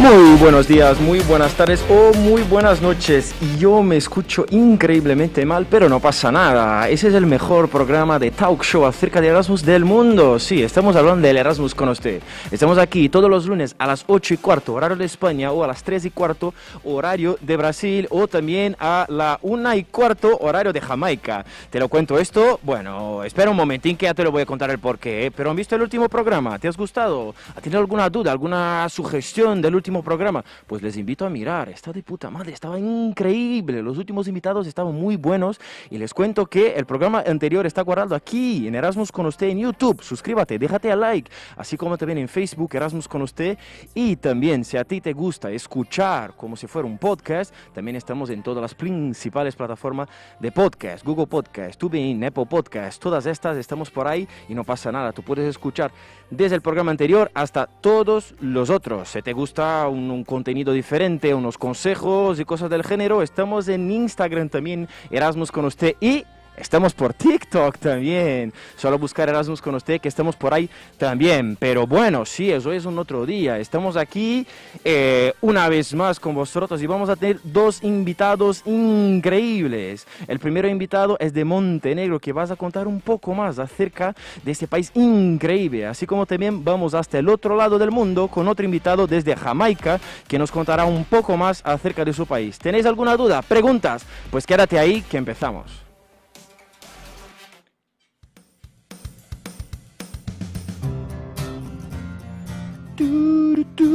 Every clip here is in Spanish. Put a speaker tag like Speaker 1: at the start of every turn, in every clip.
Speaker 1: Muy buenos días, muy buenas tardes o muy buenas noches. Y yo me escucho increíblemente mal, pero no pasa nada. Ese es el mejor programa de talk show acerca de Erasmus del mundo. Sí, estamos hablando del Erasmus con usted. Estamos aquí todos los lunes a las 8 y cuarto, horario de España, o a las 3 y cuarto, horario de Brasil, o también a la 1 y cuarto, horario de Jamaica. Te lo cuento esto, bueno, espera un momentín que ya te lo voy a contar el porqué. ¿eh? Pero han visto el último programa, ¿te has gustado? ¿Has tenido alguna duda, alguna sugestión del último programa? Pues les invito a mirar, está de puta madre, estaba increíble. Los últimos invitados estaban muy buenos y les cuento que el programa anterior está guardado aquí en Erasmus con usted en YouTube. Suscríbete, déjate a like, así como también en Facebook Erasmus con usted y también si a ti te gusta escuchar como si fuera un podcast, también estamos en todas las principales plataformas de podcast, Google Podcast, TubeIn, Apple Podcast, todas estas estamos por ahí y no pasa nada, tú puedes escuchar desde el programa anterior hasta todos los otros. Si te gusta un, un contenido diferente, unos consejos y cosas del género, estamos en Instagram también, Erasmus con usted y Estamos por TikTok también. Solo buscar Erasmus con usted, que estamos por ahí también. Pero bueno, sí, eso es un otro día. Estamos aquí eh, una vez más con vosotros y vamos a tener dos invitados increíbles. El primero invitado es de Montenegro, que vas a contar un poco más acerca de este país increíble. Así como también vamos hasta el otro lado del mundo con otro invitado desde Jamaica, que nos contará un poco más acerca de su país. ¿Tenéis alguna duda? ¿Preguntas? Pues quédate ahí que empezamos.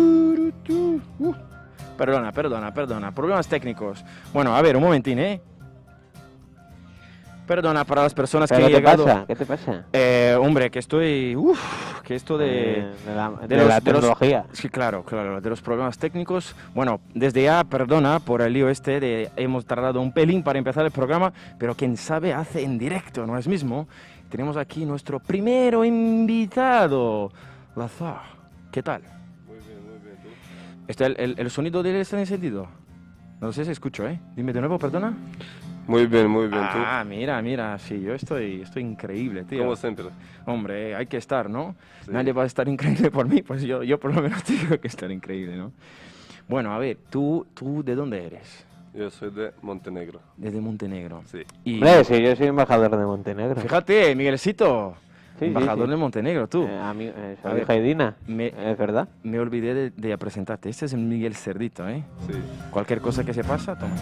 Speaker 1: Uh, perdona, perdona, perdona. Problemas técnicos. Bueno, a ver, un momentín, ¿eh? Perdona para las personas que
Speaker 2: ¿Pero
Speaker 1: han
Speaker 2: ¿Qué te
Speaker 1: llegado.
Speaker 2: pasa? ¿Qué te pasa?
Speaker 1: Eh, hombre, que estoy. Uf, que esto de.
Speaker 2: Eh, de la, de
Speaker 1: los-
Speaker 2: la
Speaker 1: de los-
Speaker 2: tecnología.
Speaker 1: Sí, claro, claro, de los problemas técnicos. Bueno, desde ya, perdona por el lío este de hemos tardado un pelín para empezar el programa, pero quien sabe hace en directo, ¿no es mismo? Tenemos aquí nuestro primero invitado, Lazar. ¿Qué tal? Muy bien, muy bien. ¿Está el, el- el sonido de él está encendido? No sé si escucho, ¿eh? Dime de nuevo, perdona.
Speaker 3: Muy bien, muy bien. ¿Tú?
Speaker 1: Ah, mira, mira, sí, yo estoy, estoy increíble, tío.
Speaker 3: Como siempre.
Speaker 1: Hombre, hay que estar, ¿no?
Speaker 3: Sí.
Speaker 1: Nadie va a estar increíble por mí, pues yo, yo por lo menos tengo que estar increíble, ¿no? Bueno, a ver, ¿tú, tú de dónde eres?
Speaker 3: Yo soy de Montenegro.
Speaker 1: Desde Montenegro.
Speaker 3: Sí.
Speaker 1: Y
Speaker 2: Hombre, sí, yo soy embajador de Montenegro.
Speaker 1: fíjate, Miguelcito,
Speaker 2: Sí, sí,
Speaker 1: embajador
Speaker 2: sí.
Speaker 1: de Montenegro, tú.
Speaker 2: Eh, a mí, eh,
Speaker 1: A
Speaker 2: soy
Speaker 1: ver,
Speaker 2: hija de Dina.
Speaker 1: me-
Speaker 2: Es verdad.
Speaker 1: Me olvidé de, de presentarte. Este es Miguel Cerdito, ¿eh?
Speaker 3: Sí.
Speaker 1: Cualquier cosa que se pasa, toma.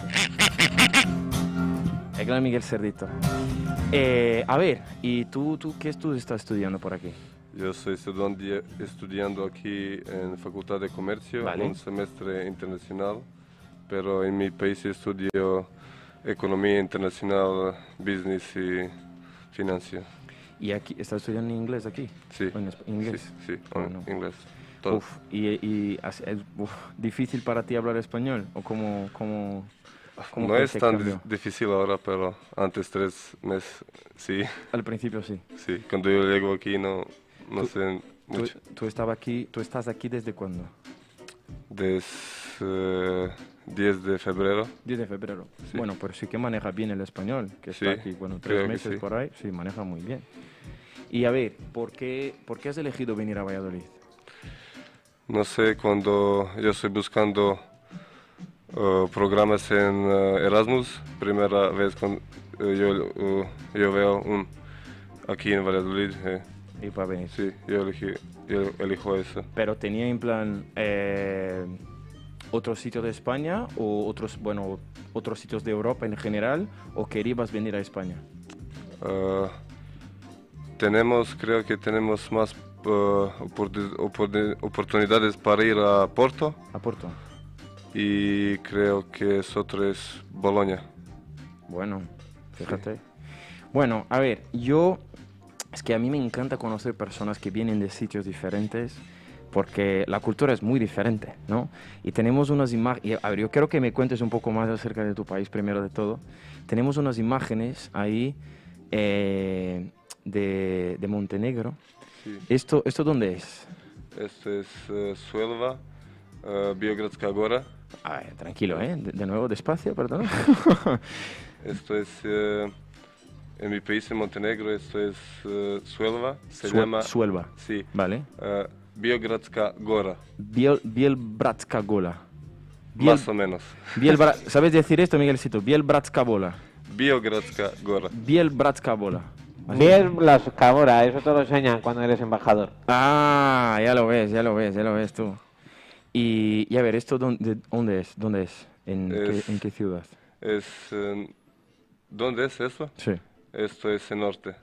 Speaker 1: El gran Miguel Cerdito. Eh, a ver, ¿y tú, tú qué tú estás estudiando por aquí?
Speaker 3: Yo estoy estudiando, estudiando aquí en Facultad de Comercio,
Speaker 1: Vale.
Speaker 3: un semestre internacional, pero en mi país estudio Economía Internacional, Business y Financia.
Speaker 1: ¿Y aquí estás estudiando inglés aquí?
Speaker 3: Sí.
Speaker 1: Bueno, es- inglés.
Speaker 3: Sí, sí,
Speaker 1: Ah,
Speaker 3: en
Speaker 1: no.
Speaker 3: inglés. Todo.
Speaker 1: Uf, y, y así- es uf, difícil para ti hablar español o cómo, cómo, cómo
Speaker 3: no
Speaker 1: fue
Speaker 3: es
Speaker 1: ese
Speaker 3: tan
Speaker 1: cambio?
Speaker 3: dif- difícil ahora, pero antes tres meses, sí,
Speaker 1: al principio sí.
Speaker 3: sí. Cuando yo llego aquí no, no
Speaker 1: Tú-
Speaker 3: sé
Speaker 1: Tú,
Speaker 3: mucho.
Speaker 1: tú estaba aquí, tú estás aquí desde cuándo?
Speaker 3: Desde 10 eh, de febrero.
Speaker 1: 10 de febrero.
Speaker 3: Sí.
Speaker 1: Bueno, pero sí que maneja bien el español, que
Speaker 3: Sí,
Speaker 1: está aquí, bueno,
Speaker 3: creo
Speaker 1: tres
Speaker 3: que
Speaker 1: meses
Speaker 3: sí.
Speaker 1: por ahí, sí, maneja muy bien. Y a ver, ¿por qué, por qué has elegido venir a Valladolid?
Speaker 3: No sé, cuando yo estoy buscando eh, programas en eh, Erasmus, primera vez cuando yo, eh, yo veo un aquí en Valladolid, eh,
Speaker 1: Y para venir.
Speaker 3: sí, yo, elegí, yo elijo eso.
Speaker 1: Pero tenía en plan eh, otros sitios de España o otros, bueno, otros sitios de Europa en general o querías venir a España.
Speaker 3: Eh, tenemos, creo que tenemos más eh, oportu- oportu- oportunidades para ir a Porto
Speaker 1: A Porto.
Speaker 3: y creo que es otro es Bolonia.
Speaker 1: Bueno, fíjate. Bueno, a ver, yo es que a mí me encanta conocer personas que vienen de sitios diferentes porque la cultura es muy diferente, ¿no? Y tenemos unas imágenes, a ver, yo quiero que me cuentes un poco más acerca de tu país primero de todo. Tenemos unas imágenes ahí eh, de, de Montenegro.
Speaker 3: Sí.
Speaker 1: ¿Esto, ¿Esto dónde es?
Speaker 3: Esto es eh, Suelva, eh, Biogradska Gora.
Speaker 1: A ver, tranquilo, ¿eh? De, de nuevo, despacio, perdón.
Speaker 3: Esto es eh, en mi país, en Montenegro, esto es eh, Suelva. Se
Speaker 1: Sue-
Speaker 3: llama.
Speaker 1: Suelva.
Speaker 3: Sí.
Speaker 1: Vale.
Speaker 3: eh, Biogradska Gora,
Speaker 1: Biel, Bielbratska Gola. Biel,
Speaker 3: más o menos.
Speaker 1: Bielbra- ¿Sabes decir esto, Miguelcito? Bielbratska Bola.
Speaker 3: Biogradska Gora.
Speaker 1: Bielbratska Bola.
Speaker 2: Bien, las cabora, eso te lo enseñan cuando eres embajador.
Speaker 1: Ah, ya lo ves, ya lo ves, ya lo ves tú. Y, y a ver, ¿esto dónde, dónde es? ¿Dónde es? ¿En,
Speaker 3: Es-
Speaker 1: Qué, en qué ciudad?
Speaker 3: Es, eh, ¿Dónde es eso?
Speaker 1: Sí.
Speaker 3: Esto es en norte.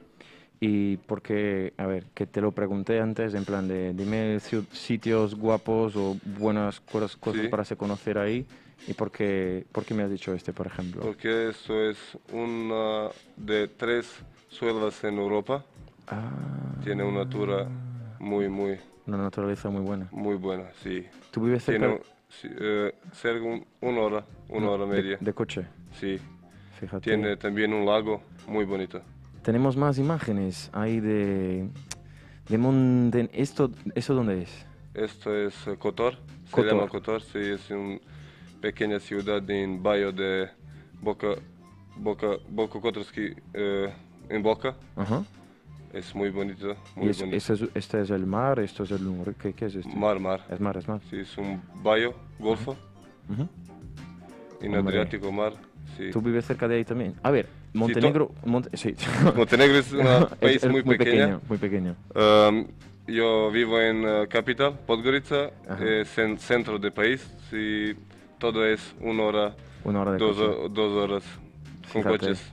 Speaker 1: Y porque, a ver, que te lo pregunté antes, en plan de dime ciu- sitios guapos o buenas cosas, cosas
Speaker 3: Sí.
Speaker 1: para se conocer ahí. ¿Y por qué, por qué me has dicho este, por ejemplo?
Speaker 3: Porque esto es una de tres sueldas en Europa.
Speaker 1: Ah,
Speaker 3: Tiene una altura muy, muy,
Speaker 1: una naturaleza muy buena.
Speaker 3: muy buena, sí.
Speaker 1: ¿Tú vives cerca
Speaker 3: Tiene sí, eh, cerca un- una hora, una hora
Speaker 1: de-
Speaker 3: media,
Speaker 1: de coche?
Speaker 3: sí.
Speaker 1: Fíjate.
Speaker 3: Tiene también un lago muy bonito.
Speaker 1: Tenemos más imágenes ahí de. de Monten. ¿Esto, ¿Eso dónde es?
Speaker 3: Esto es eh, Kotor, se
Speaker 1: Kotor.
Speaker 3: llama Kotor, sí, es una pequeña ciudad en Bayo de Boca, Boca, Boca Kotorski, eh, en Boca.
Speaker 1: Ajá.
Speaker 3: Es muy bonito,
Speaker 1: ¿Y
Speaker 3: muy
Speaker 1: es-
Speaker 3: bonito.
Speaker 1: ese es- este es el mar? ¿Esto es el. lugar? ¿Qué, qué es esto?
Speaker 3: Mar, mar.
Speaker 1: Es mar, es mar.
Speaker 3: Sí, es un bayo, golfo,
Speaker 1: Ujú.
Speaker 3: en
Speaker 1: Hombre.
Speaker 3: Adriático mar. Sí.
Speaker 1: ¿Tú vives cerca de ahí también? A ver, Montenegro. Monte- sí.
Speaker 3: Montenegro es un
Speaker 1: Es-
Speaker 3: país
Speaker 1: es
Speaker 3: muy,
Speaker 1: pequeño.
Speaker 3: pequeño.
Speaker 1: Muy pequeño.
Speaker 3: Um, yo vivo en eh, capital, Podgorica,
Speaker 1: Ajá.
Speaker 3: es en centro del país y todo es una hora,
Speaker 1: Una hora de
Speaker 3: dos,
Speaker 1: coche.
Speaker 3: ho- dos horas con
Speaker 1: Fíjate.
Speaker 3: coches.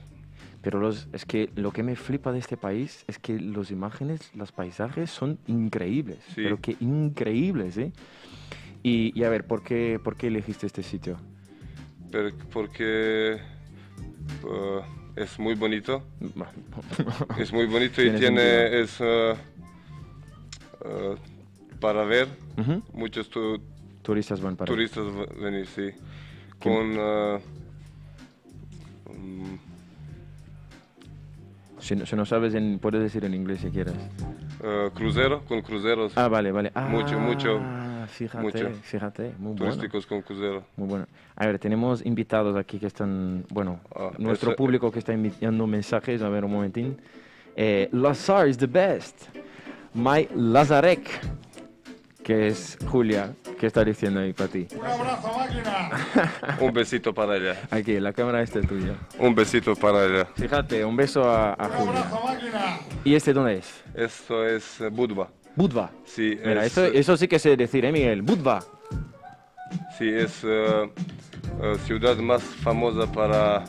Speaker 1: Pero los, es que lo que me flipa de este país es que las imágenes, los paisajes son increíbles.
Speaker 3: Sí.
Speaker 1: Pero que increíbles, ¿eh? Y, y a ver, ¿por qué, ¿por qué elegiste este sitio?
Speaker 3: per- porque eh, es muy bonito, es muy bonito y
Speaker 1: Tiene
Speaker 3: tiene es, eh, eh, para ver
Speaker 1: Ujú.
Speaker 3: muchos tu-
Speaker 1: Turistas van para ahí.
Speaker 3: turistas v- venir, sí. Con eh, mm,
Speaker 1: Si no, si no sabes, en- puedes decir en inglés si quieres.
Speaker 3: eh, crucero, con cruceros
Speaker 1: Ah, vale, vale. Ah,
Speaker 3: Mucho, mucho,
Speaker 1: Fíjate,
Speaker 3: mucho.
Speaker 1: fíjate. Muy bueno.
Speaker 3: turísticos con crucero.
Speaker 1: Muy bueno. A ver, tenemos invitados aquí que están, bueno,
Speaker 3: Ah,
Speaker 1: nuestro
Speaker 3: ese-
Speaker 1: público que está enviando mensajes. A ver, un momentín. Eh, Lazar is the best. My Lazarek, que es Julia, que está diciendo ahí para ti.
Speaker 4: Un abrazo, máquina.
Speaker 3: Un besito para ella.
Speaker 1: Aquí, la cámara esta es tuya.
Speaker 3: Un besito para ella.
Speaker 1: Fíjate, un beso a, a
Speaker 4: Un
Speaker 1: Julia.
Speaker 4: abrazo, máquina.
Speaker 1: ¿Y este dónde es?
Speaker 3: Esto es eh, Budva.
Speaker 1: Budva.
Speaker 3: Sí,
Speaker 1: Mira,
Speaker 3: es, eh,
Speaker 1: esto- eso sí que sé decir, ¿eh, Miguel? Budva.
Speaker 3: sí, es eh, eh, ciudad más famosa para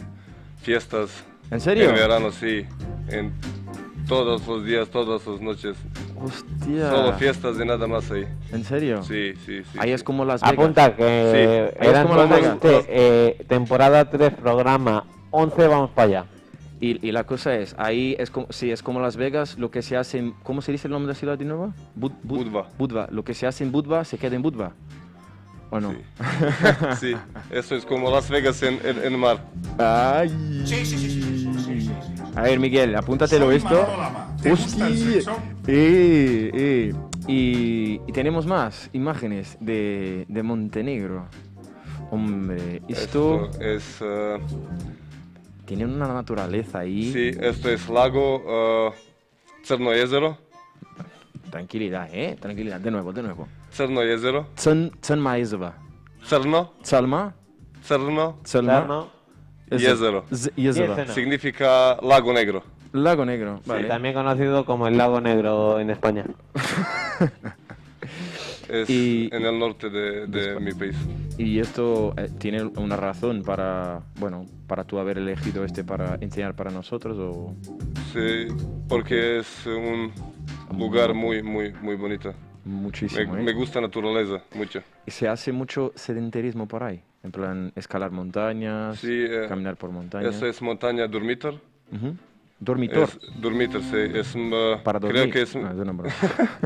Speaker 3: fiestas.
Speaker 1: ¿En serio?
Speaker 3: En verano, sí. En todos los días, todas las noches.
Speaker 1: Hostia.
Speaker 3: Solo fiestas de nada más ahí.
Speaker 1: ¿En serio?
Speaker 3: Sí, sí, sí.
Speaker 1: Ahí es
Speaker 3: sí.
Speaker 1: como Las Vegas.
Speaker 2: Apunta que
Speaker 1: Sí. Es
Speaker 2: eran
Speaker 1: como Las
Speaker 2: todos,
Speaker 1: Vegas.
Speaker 2: te- eh, temporada 3, programa 11, vamos para allá.
Speaker 1: Y, y la cosa es, ahí es como, sí, es como Las Vegas, lo que se hace en, ¿cómo se dice el nombre de la ciudad de nuevo? Bud- Bud-
Speaker 3: Budva.
Speaker 1: Budva. Lo que se hace en Budva se queda en Budva. ¿O no?
Speaker 3: Sí. Sí, eso es como Las Vegas en, en, en mar.
Speaker 1: Ay.
Speaker 4: Sí, sí, sí, sí, sí, sí, sí, sí, sí.
Speaker 1: A ver, Miguel, apúntatelo
Speaker 4: Soy
Speaker 1: esto.
Speaker 4: Manolo Lama. ¿Te gusta el
Speaker 1: Hostia.
Speaker 4: sexo?
Speaker 1: Eh, eh. Y, y tenemos más imágenes de, de Montenegro. Hombre, esto,
Speaker 3: es. eh,
Speaker 1: tiene una naturaleza ahí.
Speaker 3: sí, esto es lago eh, Crno jezero.
Speaker 1: Tranquilidad, eh. Tranquilidad, de nuevo, de nuevo.
Speaker 3: Crno jezero.
Speaker 1: Tsan, Tsan Maezova.
Speaker 3: Crno,
Speaker 1: Salma.
Speaker 3: Crno,
Speaker 1: Salma.
Speaker 2: ¿no?
Speaker 1: Es-
Speaker 3: Jezero.
Speaker 1: Z- jezero.
Speaker 2: Jezero. No.
Speaker 3: significa lago negro.
Speaker 1: Lago Negro, vale.
Speaker 2: Y también conocido como el Lago Negro en España.
Speaker 3: Es
Speaker 1: Y-
Speaker 3: en el norte de, de mi país.
Speaker 1: Y esto eh, tiene una razón para, bueno, para tú haber elegido este para enseñar para nosotros o...
Speaker 3: Sí, porque es un lugar muy, muy, muy bonito. Me,
Speaker 1: Muchísimo, ¿eh?
Speaker 3: me gusta naturaleza, mucho.
Speaker 1: Y Se hace mucho sedenterismo por ahí, en plan escalar montañas,
Speaker 3: Sí, eh,
Speaker 1: caminar por montañas.
Speaker 3: Eso es montaña Durmitor.
Speaker 1: Ujú. Dormitor,
Speaker 3: Es, dormitor, sí. Es, mm,
Speaker 1: para dormir.
Speaker 3: creo que es...
Speaker 1: Ah, eso no, pero-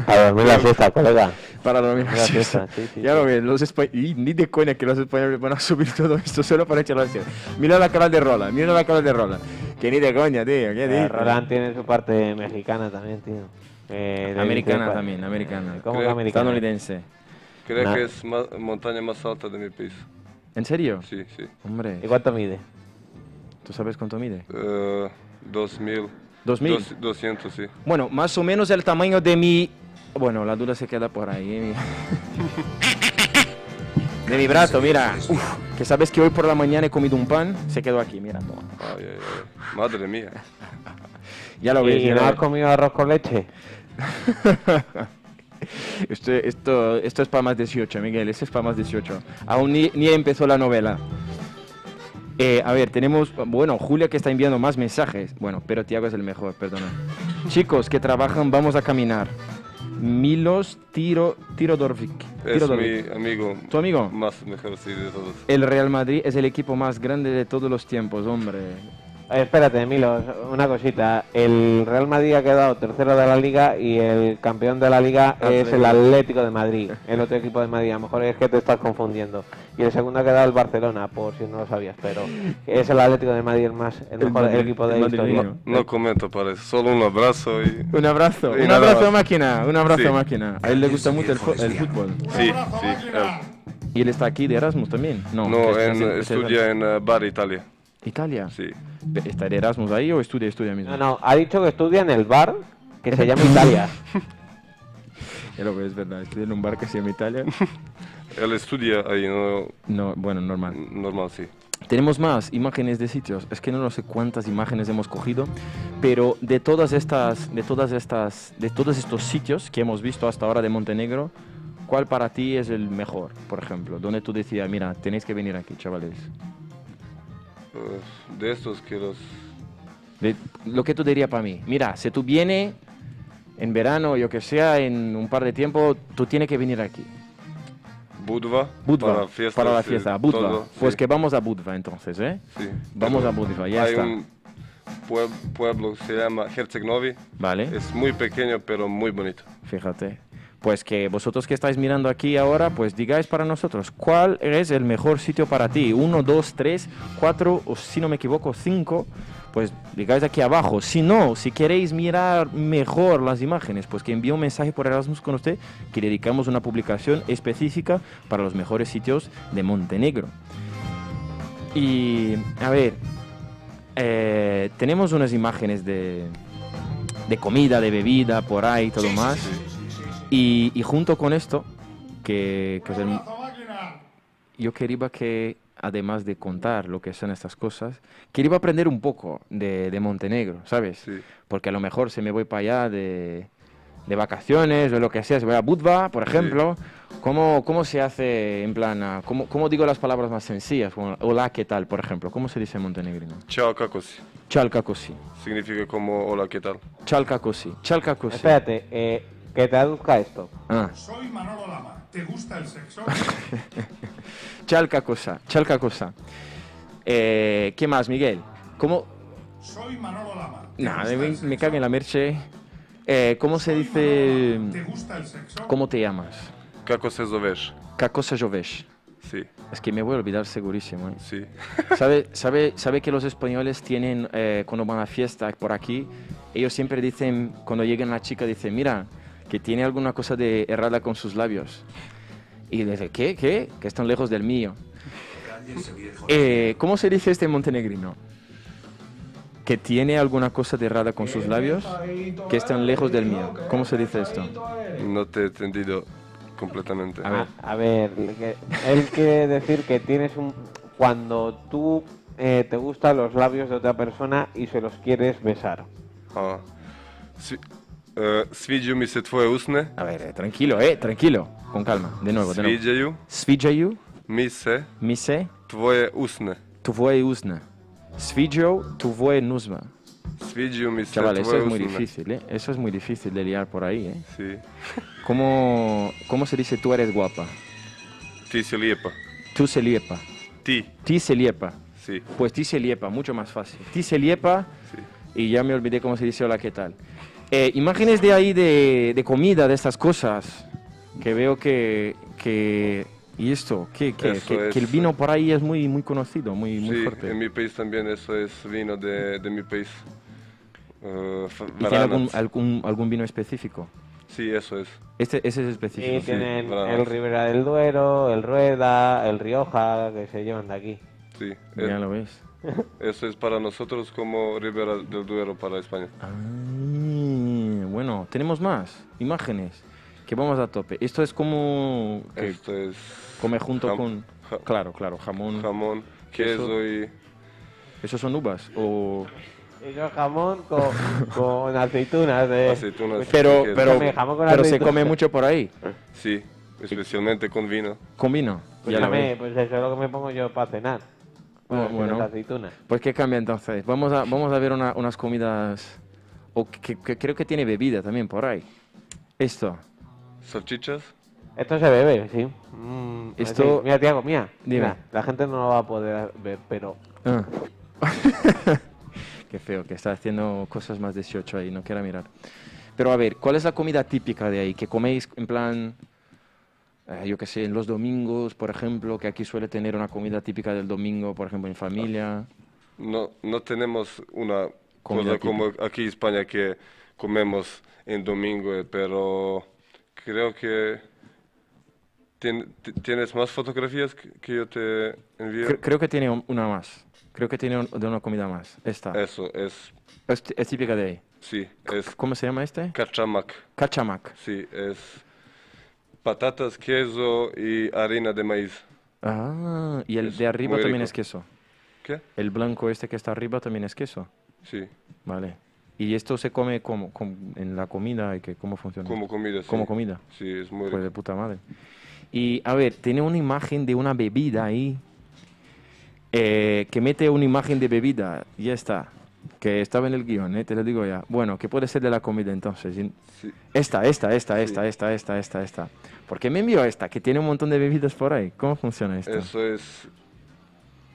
Speaker 2: A dormir la fiesta, colega.
Speaker 1: para dormir.
Speaker 2: Una
Speaker 1: sí,
Speaker 2: fiesta,
Speaker 1: sí.
Speaker 2: sí, sí,
Speaker 1: ya
Speaker 2: sí.
Speaker 1: lo ves, los espa- y ni de coña que los españoles van a subir todo esto solo para echarlo así. Mira la cara de Rola, mira la cara de Rola. Que ni de coña, tío, ¿qué
Speaker 2: Eh,
Speaker 1: dices?
Speaker 2: Roland tiene su parte mexicana también, tío. Eh, de-
Speaker 1: Americana
Speaker 2: de-
Speaker 1: también, americana.
Speaker 2: ¿Cómo que
Speaker 3: Creo-
Speaker 2: americana?
Speaker 1: Estadounidense.
Speaker 3: Creo
Speaker 2: Na-
Speaker 3: que es ma- montaña más alta de mi país.
Speaker 1: ¿En serio?
Speaker 3: Sí, sí.
Speaker 1: Hombre,
Speaker 2: ¿Y cuánto mide?
Speaker 1: ¿tú sabes cuánto mide?
Speaker 3: Eh, 2000.
Speaker 1: ¿Dos mil?
Speaker 3: Dos- 200, sí.
Speaker 1: Bueno, más o menos el tamaño de mi Bueno, la dura se queda por ahí. De mi brazo, mira. Uf, que sabes que hoy por la mañana he comido un pan, se quedó aquí, mira. toma.
Speaker 3: Ay, ay, ay. Madre mía.
Speaker 1: Ya lo ves.
Speaker 2: ¿Y
Speaker 1: ya
Speaker 2: no
Speaker 1: lo
Speaker 2: has
Speaker 1: ves.
Speaker 2: comido arroz con leche?
Speaker 1: Esto, esto, esto es para más 18, Miguel, esto es para más 18. Aún ni, ni empezó la novela. Eh, a ver, tenemos, bueno, Julia que está enviando más mensajes. Bueno, pero Tiago es el mejor, perdona. Chicos que trabajan, vamos a caminar. Milos Tiro, Tirodorvic.
Speaker 3: Es
Speaker 1: Tirodorvic.
Speaker 3: mi amigo
Speaker 1: ¿Tu amigo?
Speaker 3: más mejor sí de todos.
Speaker 1: El Real Madrid es el equipo más grande de todos los tiempos, hombre.
Speaker 2: Eh, Espérate, Milos, una cosita. El Real Madrid ha quedado tercero de la liga y el campeón de la liga es el Atlético de Madrid, el otro equipo de Madrid. A lo mejor es que te estás confundiendo. Y el segundo ha quedado el Barcelona, por si no lo sabías, pero es el Atlético de Madrid el más el mejor
Speaker 1: Madrid-
Speaker 2: equipo de
Speaker 1: el
Speaker 2: la
Speaker 1: madrileño.
Speaker 2: historia.
Speaker 3: No comento para eso, solo un abrazo y...
Speaker 1: Un abrazo,
Speaker 3: Y
Speaker 1: un
Speaker 3: nada
Speaker 1: abrazo
Speaker 3: más.
Speaker 1: máquina, un abrazo
Speaker 3: Sí.
Speaker 1: máquina. A él le gusta mucho el, fo- el fútbol.
Speaker 3: Sí,
Speaker 4: abrazo,
Speaker 3: sí.
Speaker 4: máquina.
Speaker 3: eh,
Speaker 1: Y él está aquí de Erasmus también. No,
Speaker 3: No,
Speaker 1: es-
Speaker 3: en,
Speaker 1: es- es- es-
Speaker 3: estudia en eh, Bari, Italia.
Speaker 1: Italia.
Speaker 3: Sí.
Speaker 1: Pe- ¿Está de Erasmus ahí o estudia, estudia mismo?
Speaker 2: No, no, ha dicho que estudia en el bar que se llama Italia.
Speaker 1: Ya lo ves, ¿verdad? Estudia en un bar que se llama Italia.
Speaker 3: Él estudia ahí, no,
Speaker 1: No, bueno, normal.
Speaker 3: normal, sí.
Speaker 1: Tenemos más imágenes de sitios. Es que no, no sé cuántas imágenes hemos cogido, pero de todas estas, de todas estas, de todos estos sitios que hemos visto hasta ahora de Montenegro, ¿cuál para ti es el mejor, por ejemplo? Donde tú decías, mira, tenéis que venir aquí, chavales.
Speaker 3: Eh, de estos que los...
Speaker 1: De- lo que tú dirías para mí. Mira, si tú vienes en verano, yo que sea, en un par de tiempo, tú tienes que venir aquí.
Speaker 3: Budva,
Speaker 1: Budva,
Speaker 3: para fiestas.
Speaker 1: la
Speaker 3: sí,
Speaker 1: fiesta, Budva.
Speaker 3: todo,
Speaker 1: Pues
Speaker 3: sí,
Speaker 1: que vamos a Budva entonces, ¿eh?
Speaker 3: sí.
Speaker 1: Vamos
Speaker 3: Pero
Speaker 1: a Budva, ya
Speaker 3: Hay
Speaker 1: está.
Speaker 3: un pue- pueblo que se llama Herceg Novi.
Speaker 1: Vale,
Speaker 3: Es muy pequeño, pero muy bonito.
Speaker 1: fíjate. Pues que vosotros que estáis mirando aquí ahora, pues digáis para nosotros, ¿cuál es el mejor sitio para ti? Uno, dos, tres, cuatro, o si no me equivoco, cinco. Pues digáis aquí abajo. Si no, si queréis mirar mejor las imágenes, pues que envíe un mensaje por Erasmus con usted, que le dedicamos una publicación específica para los mejores sitios de Montenegro. Y a ver, eh, tenemos unas imágenes de, de comida, de bebida, por ahí, todo más. Y, y junto con esto, que, que es Pues el-
Speaker 4: Abrazo, máquina.
Speaker 1: yo quería que, además de contar lo que son estas cosas, quería aprender un poco de, de Montenegro, ¿sabes?
Speaker 3: Sí.
Speaker 1: Porque a lo mejor se me voy para allá de, de vacaciones o lo que sea, se voy a Budva, por ejemplo. ¿Cómo, ¿Cómo se hace en plan, ah, cómo, cómo digo las palabras más sencillas? Como, Hola, ¿qué tal? Por ejemplo, ¿cómo se dice en montenegrino?
Speaker 3: Chao, Kakosi.
Speaker 1: Chalca così.
Speaker 3: Significa como hola, ¿qué tal?
Speaker 1: Chalca così. Chalca così.
Speaker 2: Espérate, eh, que traduzca esto.
Speaker 1: Ah,
Speaker 4: Soy Manolo Lama. ¿Te gusta el sexo?
Speaker 1: chalca cosa. Chalca cosa. Eh, ¿Qué más, Miguel? ¿Cómo?
Speaker 4: Soy Manolo Lama. ¿Te
Speaker 1: Nah,
Speaker 4: gusta
Speaker 1: me,
Speaker 4: el
Speaker 1: me
Speaker 4: sexo?
Speaker 1: cago en la merche. Eh, ¿Cómo se
Speaker 4: Soy Manolo
Speaker 1: dice?
Speaker 4: Lama. ¿Te gusta el sexo?
Speaker 1: ¿Cómo te llamas?
Speaker 3: Kako se zoveš?
Speaker 1: ¿Qué cosa yo ves?
Speaker 3: Sí,
Speaker 1: Es que me voy a olvidar segurísimo. ¿eh?
Speaker 3: sí.
Speaker 1: ¿Sabe, sabe, sabe que los españoles tienen, eh, cuando van a fiesta por aquí, ellos siempre dicen, cuando llegan la chica, dicen, mira, que tiene alguna cosa de errada con sus labios. Y dice, ¿qué? ¿Qué? Que están lejos del mío. Eh, ¿Cómo se dice este montenegrino? Que tiene alguna cosa de errada con sus labios, que están lejos del mío. ¿Cómo se dice esto?
Speaker 3: No te he entendido completamente.
Speaker 1: A ver.
Speaker 2: Ah, A ver, que- él quiere decir que tienes un... Cuando tú eh, te gustan los labios de otra persona y se los quieres besar.
Speaker 3: A. Svi, Ah. eh, sviđu mi se tvoje usne.
Speaker 1: A ver, eh, tranquilo, eh, tranquilo. Con calma, de nuevo, de nuevo.
Speaker 3: Sviđaju
Speaker 1: Sviđaju
Speaker 3: mi se
Speaker 1: mi se
Speaker 3: tvoje usne.
Speaker 1: Tvoje usne. Sviđao tvoje nuzma.
Speaker 3: Sviđaju mi se
Speaker 1: Chaval, eso
Speaker 3: tvoje
Speaker 1: es muy
Speaker 3: usne.
Speaker 1: difícil, ¿eh? Eso es muy difícil de liar por ahí, ¿eh?
Speaker 3: Sí.
Speaker 1: ¿Cómo, cómo se dice tú eres guapa?
Speaker 3: Ti si lijepa.
Speaker 1: Tú se liepa.
Speaker 3: Ti.
Speaker 1: Ti se liepa.
Speaker 3: Sí,
Speaker 1: Pues ti se liepa, mucho más fácil. Ti se liepa
Speaker 3: sí.
Speaker 1: y ya me olvidé cómo se dice hola, ¿qué tal? Eh, imágenes de ahí de, de comida, de estas cosas, que veo que... que ¿Y esto? ¿Qué, qué?
Speaker 3: Eso
Speaker 1: Que,
Speaker 3: es, eh.
Speaker 1: que el vino por ahí es muy, muy conocido, muy, muy
Speaker 3: sí,
Speaker 1: fuerte.
Speaker 3: en mi país también eso es vino de, de mi país. Eh, fa-
Speaker 1: ¿Y tiene algún,
Speaker 3: Varanac.
Speaker 1: algún, algún vino específico?
Speaker 3: Sí, eso es.
Speaker 1: Este, ese es
Speaker 2: Sí,
Speaker 1: específico. sí.
Speaker 2: tienen
Speaker 3: claro.
Speaker 2: el Ribera del Duero, el Rueda, el Rioja, que se llevan de aquí.
Speaker 3: Sí. Eh,
Speaker 1: Ya lo ves.
Speaker 3: Eso es para nosotros como Ribera del Duero para España.
Speaker 1: Ah, bueno, tenemos más imágenes. que vamos a tope. Esto es como que
Speaker 3: Esto es
Speaker 1: come junto
Speaker 3: Este,
Speaker 1: con...
Speaker 3: jam- ja-
Speaker 1: Claro, claro, jamón.
Speaker 3: jamón, queso y
Speaker 1: ¿Esos son uvas? O...
Speaker 2: Y yo jamón con, con aceitunas. eh.
Speaker 3: aceitunas.
Speaker 1: Pero,
Speaker 3: queso.
Speaker 1: pero,
Speaker 2: Come jamón con
Speaker 1: pero se
Speaker 2: aceitunas.
Speaker 1: come mucho por ahí.
Speaker 3: Sí, especialmente con vino.
Speaker 1: Con vino. Ya lo
Speaker 2: Escúchame,
Speaker 1: ves.
Speaker 2: pues eso es lo que me pongo yo para cenar.
Speaker 1: Bueno,
Speaker 2: Bueno,
Speaker 1: bueno.
Speaker 2: las aceitunas.
Speaker 1: Pues que cambia entonces. Vamos a, vamos a ver una- unas comidas... O que, que- que creo que tiene bebida también por ahí. Esto.
Speaker 3: Salchichas,
Speaker 2: Esto se bebe, sí. Mm,
Speaker 1: Esto-
Speaker 2: sí. Mira, Tiago, mía.
Speaker 1: Dime.
Speaker 2: Mira, la gente no lo va a poder ver, pero
Speaker 1: Ah. Qué feo, que está haciendo cosas más 18 ahí, no quiera mirar. Pero a ver, ¿cuál es la comida típica de ahí? Que coméis en plan, eh, yo qué sé, en los domingos, por ejemplo, que aquí suele tener una comida típica del domingo, por ejemplo, en familia.
Speaker 3: no, no tenemos una
Speaker 1: Comida
Speaker 3: cosa como aquí en España que comemos en domingo, eh, pero creo que tien- ti- tienes más fotografías que que yo te envío.
Speaker 1: Cre- creo que tiene un- una más. Creo que tiene un- de una comida más. Esta.
Speaker 3: Eso es,
Speaker 1: Es, t- es típica de ahí.
Speaker 3: sí, es
Speaker 1: ¿Cómo se llama este?
Speaker 3: cachamac.
Speaker 1: Cachamac.
Speaker 3: Sí, es patatas, queso y harina de maíz.
Speaker 1: Ah, y el
Speaker 3: Es
Speaker 1: de arriba
Speaker 3: muy
Speaker 1: también
Speaker 3: rico.
Speaker 1: es queso.
Speaker 3: ¿Qué?
Speaker 1: El blanco este que está arriba también es queso.
Speaker 3: Sí,
Speaker 1: Vale. ¿Y esto se come como, com- en la comida y que cómo funciona?
Speaker 3: como comida. sí.
Speaker 1: Como comida.
Speaker 3: Sí, es muy
Speaker 1: Pues
Speaker 3: rico.
Speaker 1: de puta madre. Y a ver, tiene una imagen de una bebida ahí. eh, que mete una imagen de bebida. Ya está. Que estaba en el guión, eh, te lo digo ya. Bueno, que puede ser de la comida entonces. Y-
Speaker 3: Sí.
Speaker 1: Esta, esta, esta, esta, esta, esta, esta, esta. ¿Por qué me envió esta? Que tiene un montón de bebidas por ahí. ¿Cómo funciona esto?
Speaker 3: Eso es.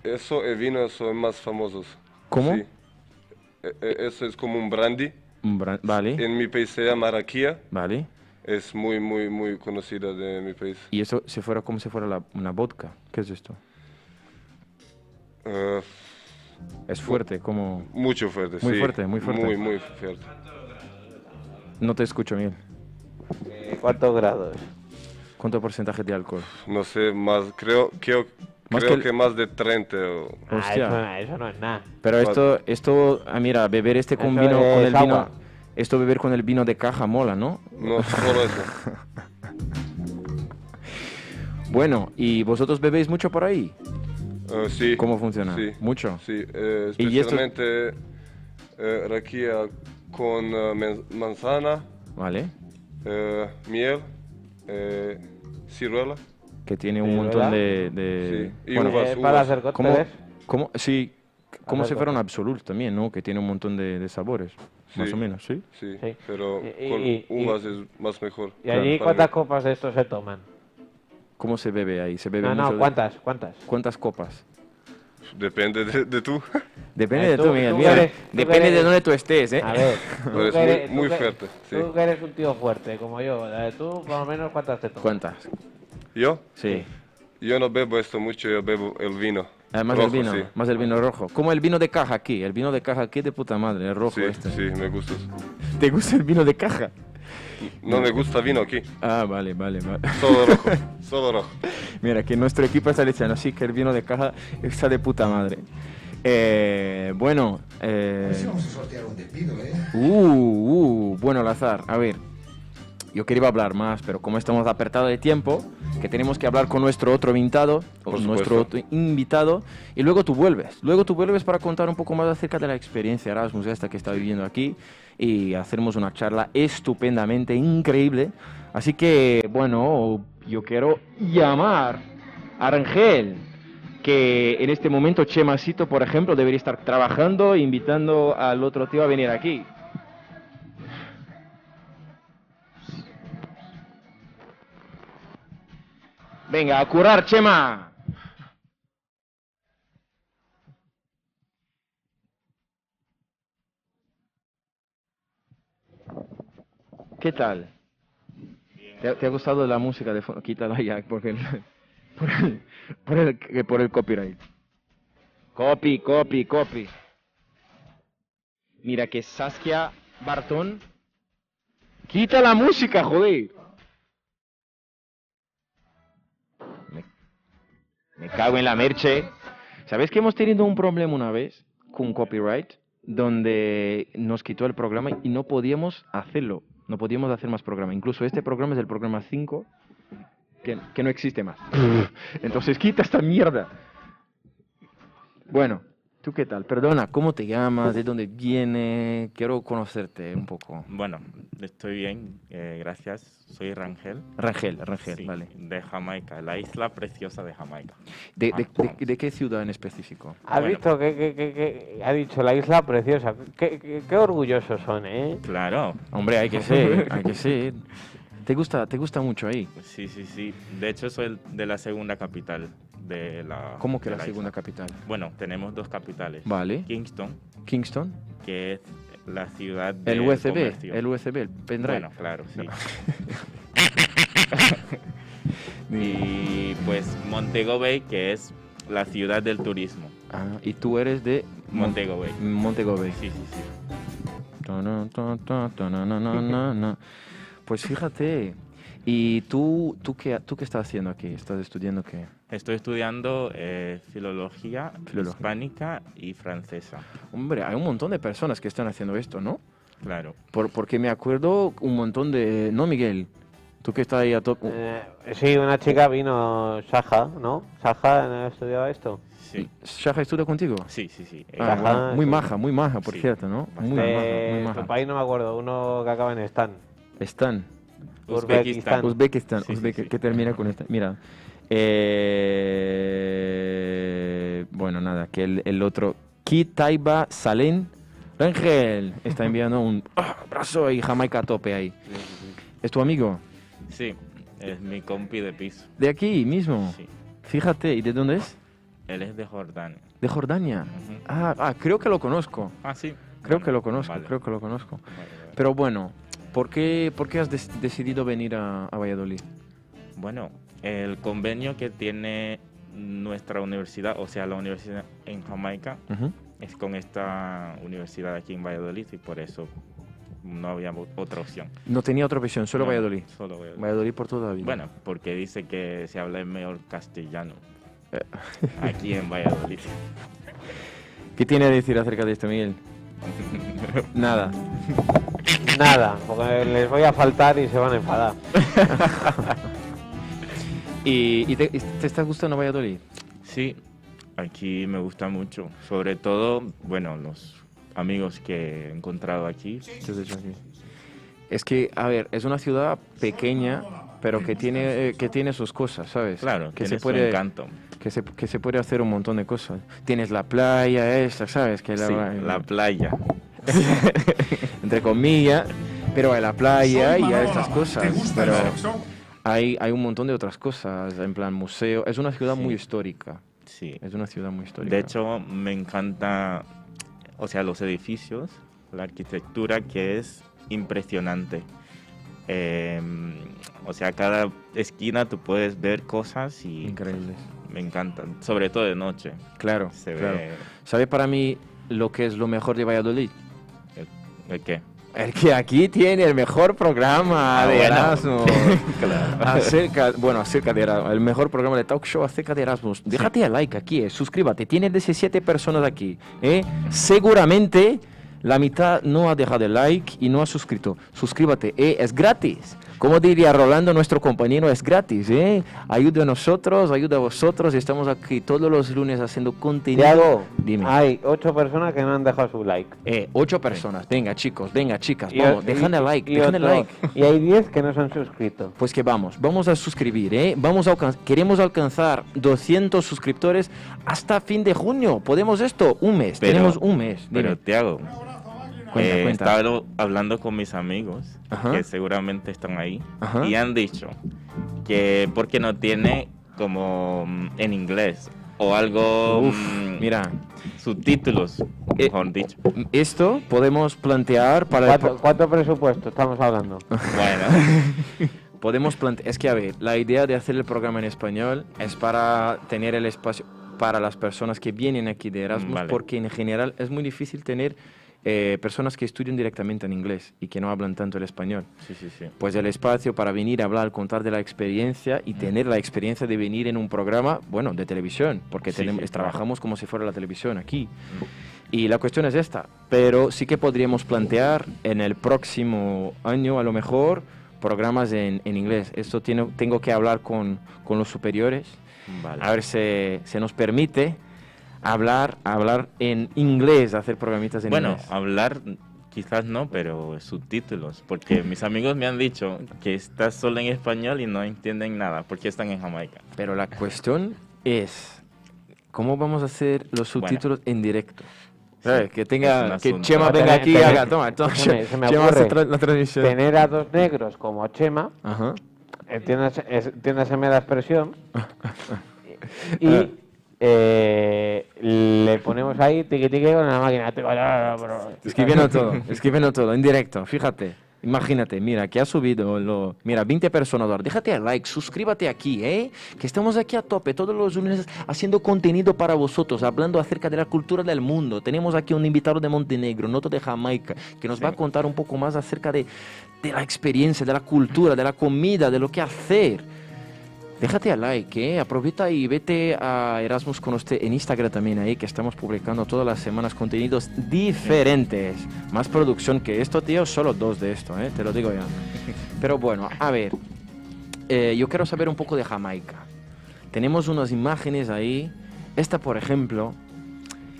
Speaker 3: Eso y vino son más famosos.
Speaker 1: ¿Cómo?
Speaker 3: Sí. E- e- Eso es como un brandy.
Speaker 1: Un bra- Vale,
Speaker 3: En mi país se llama raquia.
Speaker 1: vale.
Speaker 3: Es muy, muy, muy conocida de mi país.
Speaker 1: Y eso se fuera como si fuera la- una vodka. ¿Qué es esto?
Speaker 3: Eh,
Speaker 1: Es fuerte, como...
Speaker 3: mucho fuerte,
Speaker 1: Muy
Speaker 3: sí.
Speaker 1: fuerte, muy fuerte.
Speaker 3: Muy, muy fuerte.
Speaker 1: No te escucho, Miguel.
Speaker 2: eh, ¿cuántos grados?
Speaker 1: ¿Cuánto porcentaje de alcohol?
Speaker 3: No sé, más, creo, creo,
Speaker 1: Más
Speaker 3: creo
Speaker 1: que el-
Speaker 3: que más de 30. o-
Speaker 2: Ah,
Speaker 1: Hostia.
Speaker 2: eso, eso no es nada.
Speaker 1: Pero
Speaker 3: Vale.
Speaker 1: esto, esto, ah, mira, beber este con
Speaker 2: Eso
Speaker 1: vino, con
Speaker 2: es
Speaker 1: el vino,
Speaker 2: agua.
Speaker 1: esto beber con el vino de caja mola, ¿no?
Speaker 3: No, solo eso.
Speaker 1: Bueno, ¿y vosotros bebéis mucho por ahí?
Speaker 3: Eh, sí.
Speaker 1: ¿Cómo funciona?
Speaker 3: Sí.
Speaker 1: Mucho.
Speaker 3: Sí, eh,
Speaker 1: ¿Y esto-
Speaker 3: especialmente eh, raquia con eh, men- manzana,
Speaker 1: Vale.
Speaker 3: eh, miel, eh, ciruela.
Speaker 1: Que tiene un
Speaker 2: Sí,
Speaker 1: montón
Speaker 2: ¿verdad?
Speaker 1: de, de-
Speaker 3: Sí. Y
Speaker 1: bueno,
Speaker 3: uvas,
Speaker 2: Eh,
Speaker 3: uvas.
Speaker 2: para hacer
Speaker 1: ¿cómo-
Speaker 2: cócteles.
Speaker 1: cómo- sí, como
Speaker 2: Hacer
Speaker 1: si fuera un
Speaker 2: cóctel.
Speaker 1: absolut también, ¿no? Que tiene un montón de, de sabores, más
Speaker 3: Sí.
Speaker 1: o menos, ¿sí?
Speaker 3: Sí,
Speaker 2: Sí.
Speaker 3: pero
Speaker 2: Y- y-
Speaker 3: con
Speaker 2: y-
Speaker 3: uvas es más mejor.
Speaker 2: ¿Y allí
Speaker 3: Para
Speaker 2: cuántas
Speaker 3: mí.
Speaker 2: copas de estos se toman?
Speaker 1: ¿Cómo se bebe ahí? ¿Se bebe
Speaker 2: No,
Speaker 1: mucho
Speaker 2: no,
Speaker 1: de-
Speaker 2: ¿cuántas? ¿Cuántas?
Speaker 1: ¿Cuántas copas?
Speaker 3: Depende de, de tú.
Speaker 1: Depende
Speaker 2: Eh,
Speaker 1: de tú,
Speaker 2: tú-
Speaker 1: Miguel.
Speaker 2: tú
Speaker 1: mira,
Speaker 2: eres- tú
Speaker 1: depende de
Speaker 2: eres-
Speaker 1: dónde tú estés, ¿eh?
Speaker 2: A ver,
Speaker 3: Pero es
Speaker 2: que
Speaker 3: muy-
Speaker 2: eres- tú
Speaker 3: muy
Speaker 2: que-
Speaker 3: fuerte, sí.
Speaker 2: Tú que eres un tío fuerte como yo, eh, tú por lo menos cuántas te tomas.
Speaker 1: ¿Cuántas?
Speaker 3: Yo,
Speaker 1: Sí.
Speaker 3: yo no bebo esto mucho, yo bebo el vino.
Speaker 1: Además
Speaker 3: Rojo,
Speaker 1: del vino,
Speaker 3: sí.
Speaker 1: más el vino rojo. Como el vino de caja aquí, el vino de caja aquí de puta madre, el rojo
Speaker 3: Sí,
Speaker 1: este.
Speaker 3: sí, me gusta. eso.
Speaker 1: ¿Te gusta el vino de caja?
Speaker 3: No me gusta vino aquí,
Speaker 1: Ah, vale, vale, vale.
Speaker 3: solo rojo, solo rojo.
Speaker 1: Mira, que nuestro equipo está diciendo así que el vino de caja está de puta madre. Eh, bueno, eh,
Speaker 5: A ver si vamos a sortear un despido, ¿eh?
Speaker 1: uh, uh, bueno, al azar, a ver. Yo quería hablar más, pero como estamos apretados de tiempo, que tenemos que hablar con nuestro otro invitado, o
Speaker 3: Por
Speaker 1: nuestro
Speaker 3: supuesto.
Speaker 1: otro invitado, y luego tú vuelves. Luego tú vuelves para contar un poco más acerca de la experiencia Erasmus esta que está viviendo aquí y hacemos una charla estupendamente increíble. Así que, bueno, yo quiero llamar a Rangel, que en este momento Chemacito, por ejemplo, debería estar trabajando, invitando al otro tío a venir aquí. Venga, a curar, Chema. ¿Qué tal? ¿Te, te ha gustado la música de fondo? Quítala ya, porque por el, por el, que- por el copyright. Copy, copy, copy. Mira que Saskia Bartón. Quita la música, joder. Me, me cago en la merche. ¿Sabes que hemos tenido un problema una vez con copyright? Donde nos quitó el programa y no podíamos hacerlo. No podíamos hacer más programa. Incluso este programa es el programa 5 que, que no existe más. Entonces quita esta mierda. Bueno, ¿tú qué tal? Perdona, ¿cómo te llamas? ¿De dónde vienes? Quiero conocerte un poco.
Speaker 6: Bueno, estoy bien, eh, gracias. Soy Rangel.
Speaker 1: Rangel, Rangel,
Speaker 6: Sí,
Speaker 1: vale.
Speaker 6: De Jamaica, la isla preciosa de Jamaica.
Speaker 1: ¿De, de-
Speaker 6: Ah.
Speaker 1: de- de qué ciudad en específico?
Speaker 2: ¿Has
Speaker 6: Bueno.
Speaker 2: visto que, que- que- que- ha dicho la isla preciosa? Qué, qué- qué orgullosos son, ¿eh?
Speaker 6: Claro,
Speaker 1: Hombre, hay que ser, hay que ser. ¿Te gusta, te gusta mucho ahí?
Speaker 6: sí, sí, sí. De hecho, soy el- de la segunda capital de Ah, la.
Speaker 1: ¿Cómo que la
Speaker 6: de isla.
Speaker 1: segunda capital?
Speaker 6: Bueno, tenemos dos capitales.
Speaker 1: Vale.
Speaker 6: Kingston,
Speaker 1: Kingston,
Speaker 6: que es la ciudad del
Speaker 1: el USB,
Speaker 6: comercio.
Speaker 1: el USB, el pendrive.
Speaker 6: Bueno, claro, sí. y pues Montego Bay, que es la ciudad del turismo.
Speaker 1: Ah, y tú eres de Mon- Mm.
Speaker 6: Montego Bay.
Speaker 1: Montego Bay.
Speaker 6: Sí, sí, sí.
Speaker 1: Tana, ta, ta, tana, na, na, na, na. Pues fíjate, ¿y tú, tú, qué, tú qué estás haciendo aquí? ¿Estás estudiando qué?
Speaker 6: Estoy estudiando eh, filología
Speaker 1: Filolo-
Speaker 6: hispánica y francesa.
Speaker 1: Hombre, hay un montón de personas que están haciendo esto, ¿no?
Speaker 6: Claro.
Speaker 1: Por- porque me acuerdo un montón de... No, Miguel, tú que estás ahí a top...
Speaker 2: Eh, sí, una chica vino, Saja, ¿no? Saja ¿no ha estudiado esto.
Speaker 6: Sí,
Speaker 1: ¿Shaja estudia contigo?
Speaker 6: sí, sí. sí.
Speaker 1: Ah,
Speaker 6: Ella-
Speaker 1: bueno, muy
Speaker 2: sí.
Speaker 1: maja, muy maja, por
Speaker 6: Sí,
Speaker 1: cierto, ¿no? Muy
Speaker 6: bastante.
Speaker 2: de
Speaker 1: maja, muy
Speaker 2: Eh, tu
Speaker 1: maja.
Speaker 2: país no me acuerdo, uno que acaba en Stan.
Speaker 1: Están.
Speaker 6: Eh, Uzbekistán.
Speaker 1: Uzbekistán,
Speaker 6: Sí, sí,
Speaker 1: Uzbek-
Speaker 6: sí.
Speaker 1: que termina con esta. Mira, eh, bueno, nada, que el, el otro, Kitaiba Salen Rangel, está enviando un brazo y Jamaica a tope ahí. ¿Es tu amigo?
Speaker 6: Sí, es mi compi de piso.
Speaker 1: De aquí mismo.
Speaker 6: Sí.
Speaker 1: Fíjate, ¿y de dónde es?
Speaker 6: Él es de Jordania.
Speaker 1: De Jordania.
Speaker 6: Ujú.
Speaker 1: Ah, ah, creo que lo conozco.
Speaker 6: Ah, sí.
Speaker 1: Creo
Speaker 6: Bueno,
Speaker 1: que lo conozco,
Speaker 6: vale.
Speaker 1: creo que lo conozco.
Speaker 6: Vale, vale.
Speaker 1: Pero bueno, ¿por qué, por qué has des- decidido venir a, a Valladolid?
Speaker 6: Bueno, el convenio que tiene nuestra universidad, o sea, la universidad en Jamaica,
Speaker 1: Ujú.
Speaker 6: es con esta universidad aquí en Valladolid y por eso no había vo- otra opción.
Speaker 1: No tenía otra opción, solo
Speaker 6: No,
Speaker 1: Valladolid.
Speaker 6: Solo Valladolid.
Speaker 1: Valladolid por toda la vida.
Speaker 6: Bueno, porque dice que se habla mejor castellano
Speaker 1: Eh.
Speaker 6: aquí en Valladolid.
Speaker 1: ¿Qué tiene que decir acerca de esto, Miguel? Nada.
Speaker 2: Nada, porque les voy a faltar y se van a enfadar.
Speaker 1: ¿Y, y te, y te está gustando Valladolid?
Speaker 6: Sí, aquí me gusta mucho. Sobre todo, bueno, los amigos que he encontrado aquí.
Speaker 1: Es que, a ver, es una ciudad pequeña, pero que tiene, eh, que tiene sus cosas, ¿sabes?
Speaker 6: Claro,
Speaker 1: que
Speaker 6: que
Speaker 1: se
Speaker 6: tiene
Speaker 1: puede
Speaker 6: su encanto.
Speaker 1: que se, que se puede hacer un montón de cosas. Tienes la playa, esta, ¿sabes? Que la,
Speaker 6: Sí, la playa.
Speaker 1: entre comillas, pero hay la playa
Speaker 4: Soy
Speaker 1: y hay
Speaker 4: Manolo
Speaker 1: estas
Speaker 4: Lama.
Speaker 1: cosas.
Speaker 4: ¿Te gusta
Speaker 1: Pero
Speaker 4: el sexo?
Speaker 1: hay, hay un montón de otras cosas, en plan museo. Es una ciudad
Speaker 6: Sí.
Speaker 1: muy histórica.
Speaker 6: Sí.
Speaker 1: Es una ciudad muy histórica.
Speaker 6: De hecho, me encanta, o sea, los edificios, la arquitectura que es impresionante. Eh, o sea, cada esquina tú puedes ver cosas y
Speaker 1: Increíble.
Speaker 6: me encantan. Sobre todo de noche.
Speaker 1: Claro,
Speaker 6: Se
Speaker 1: claro.
Speaker 6: ve.
Speaker 1: ¿Sabe para mí lo que es lo mejor de Valladolid?
Speaker 6: ¿El qué?
Speaker 1: El que aquí tiene el mejor programa
Speaker 6: Ah,
Speaker 1: de
Speaker 6: bueno.
Speaker 1: Erasmus. acerca, bueno, acerca de Erasmus. El mejor programa de talk show acerca de Erasmus. Déjate a like aquí, eh, suscríbete. Tiene 17 personas aquí. eh. Seguramente la mitad no ha dejado el like y no ha suscrito. Suscríbete, eh, es gratis. Como diría Rolando, nuestro compañero, es gratis. Eh. Ayuda a nosotros, ayuda a vosotros. Estamos aquí todos los lunes haciendo contenido.
Speaker 2: Tiago,
Speaker 1: Dime.
Speaker 2: hay ocho personas que no han dejado su like.
Speaker 1: Eh, ocho personas, venga chicos, venga chicas,
Speaker 2: Y
Speaker 1: vamos,
Speaker 2: o-
Speaker 1: dejan
Speaker 2: y-
Speaker 1: el like,
Speaker 2: y
Speaker 1: dejan el
Speaker 2: otro-
Speaker 1: like.
Speaker 2: Y hay 10 que no se han suscrito.
Speaker 1: Pues que vamos, vamos a suscribir, ¿eh? Vamos a alcan- queremos alcanzar 200 suscriptores hasta fin de junio. ¿Podemos esto? Un mes,
Speaker 6: Pero-
Speaker 1: tenemos un mes. Dime.
Speaker 6: Pero Tiago,
Speaker 1: Cuenta,
Speaker 6: eh,
Speaker 1: cuenta.
Speaker 6: estaba lo- hablando con mis amigos
Speaker 1: Ajá.
Speaker 6: que seguramente están ahí
Speaker 1: Ajá.
Speaker 6: y han dicho que porque no tiene como mm, en inglés o algo,
Speaker 1: Uf,
Speaker 6: mm,
Speaker 1: mira,
Speaker 6: subtítulos,
Speaker 1: Eh,
Speaker 6: mejor dicho.
Speaker 1: esto podemos plantear para... el
Speaker 2: ¿Cuánto,
Speaker 1: pro-
Speaker 2: cuánto presupuesto estamos hablando?
Speaker 6: Ah. Bueno,
Speaker 1: Podemos plantear... Es que, a ver, la idea de hacer el programa en español es para tener el espacio para las personas que vienen aquí de Erasmus,
Speaker 6: Vale.
Speaker 1: porque en general es muy difícil tener eh, personas que estudian directamente en inglés y que no hablan tanto el español.
Speaker 6: sí, sí, sí.
Speaker 1: pues el espacio para venir a hablar, contar de la experiencia
Speaker 6: Mm.
Speaker 1: y tener la experiencia de venir en un programa, bueno, de televisión, porque
Speaker 6: Sí,
Speaker 1: tenemos,
Speaker 6: sí, claro. Mm.
Speaker 1: trabajamos como si fuera la televisión aquí. Y la cuestión es esta, pero sí que podríamos plantear en el próximo año a lo mejor programas en, en inglés. Esto tiene, tengo que hablar con, con los superiores,
Speaker 6: Vale.
Speaker 1: a ver si se nos permite hablar, hablar en inglés, hacer programitas en
Speaker 6: Bueno,
Speaker 1: inglés.
Speaker 6: hablar quizás no, pero subtítulos, porque mis amigos me han dicho que está solo en español y no entienden nada, porque están en Jamaica.
Speaker 1: Pero la cuestión es, ¿cómo vamos a hacer los
Speaker 6: Bueno.
Speaker 1: subtítulos en directo? ¿Sabes? Que
Speaker 6: es
Speaker 1: tenga
Speaker 6: un
Speaker 1: que
Speaker 6: asunto.
Speaker 1: Chema
Speaker 2: Pero
Speaker 1: venga
Speaker 2: tenés-
Speaker 1: aquí y
Speaker 2: tenés-
Speaker 1: haga, toma, toma,
Speaker 2: se me- se me
Speaker 1: Chema hace
Speaker 2: ocurre.
Speaker 1: tra- la transmisión.
Speaker 2: Tener a dos negros como Chema,
Speaker 1: Ajá.
Speaker 2: entiéndase, es- entiéndaseme la expresión,
Speaker 1: Ah.
Speaker 2: y eh, le ponemos ahí tiqui tiqui con la máquina. tiqui, la, la, bro.
Speaker 1: Escribiendo todo, escribiendo todo, en directo, fíjate. Imagínate, mira, que ha subido, lo, mira, 20 personas ahora. Déjate el like, suscríbate aquí, ¿eh? Que estamos aquí a tope todos los lunes haciendo contenido para vosotros, hablando acerca de la cultura del mundo. Tenemos aquí un invitado de Montenegro, otro de Jamaica, que nos va a contar un poco más acerca de, de la experiencia, de la cultura, de la comida, de lo que hacer. Déjate a like, ¿eh? aproveita y vete a Erasmus con usted en Instagram también ahí, que estamos publicando todas las semanas contenidos diferentes. Más producción que esto, tío, solo dos de esto, ¿eh? te lo digo ya. Pero bueno, a ver, eh, yo quiero saber un poco de Jamaica. Tenemos unas imágenes ahí, esta por ejemplo,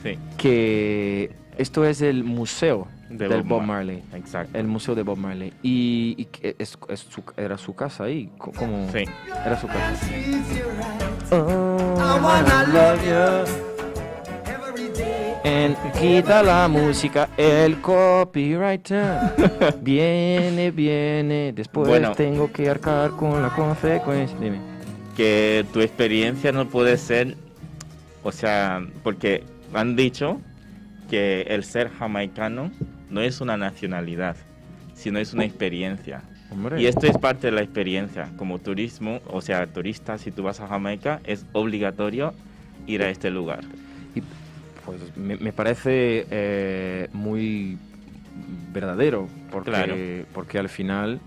Speaker 6: Sí,
Speaker 1: que esto es el museo
Speaker 6: de
Speaker 1: del Bob Marley.
Speaker 6: Exacto.
Speaker 1: El museo de Bob Marley. Y, y que es- es su- era su casa ahí. co- ¿Cómo?
Speaker 6: Sí.
Speaker 1: Era su casa. En quita la música, el copywriter. Viene, viene. Después
Speaker 6: Bueno.
Speaker 1: tengo que arcar con la consecuencia. Dime.
Speaker 6: Que tu experiencia no puede ser, o sea, porque han dicho que el ser jamaicano no es una nacionalidad, sino
Speaker 1: Oh.
Speaker 6: es una experiencia.
Speaker 1: Hombre.
Speaker 6: Y esto es parte de la experiencia. Como turismo, o sea, turista, si tú vas a Jamaica, es obligatorio ir a este lugar.
Speaker 1: Pues me, me parece eh, muy verdadero, porque,
Speaker 6: Claro.
Speaker 1: porque al final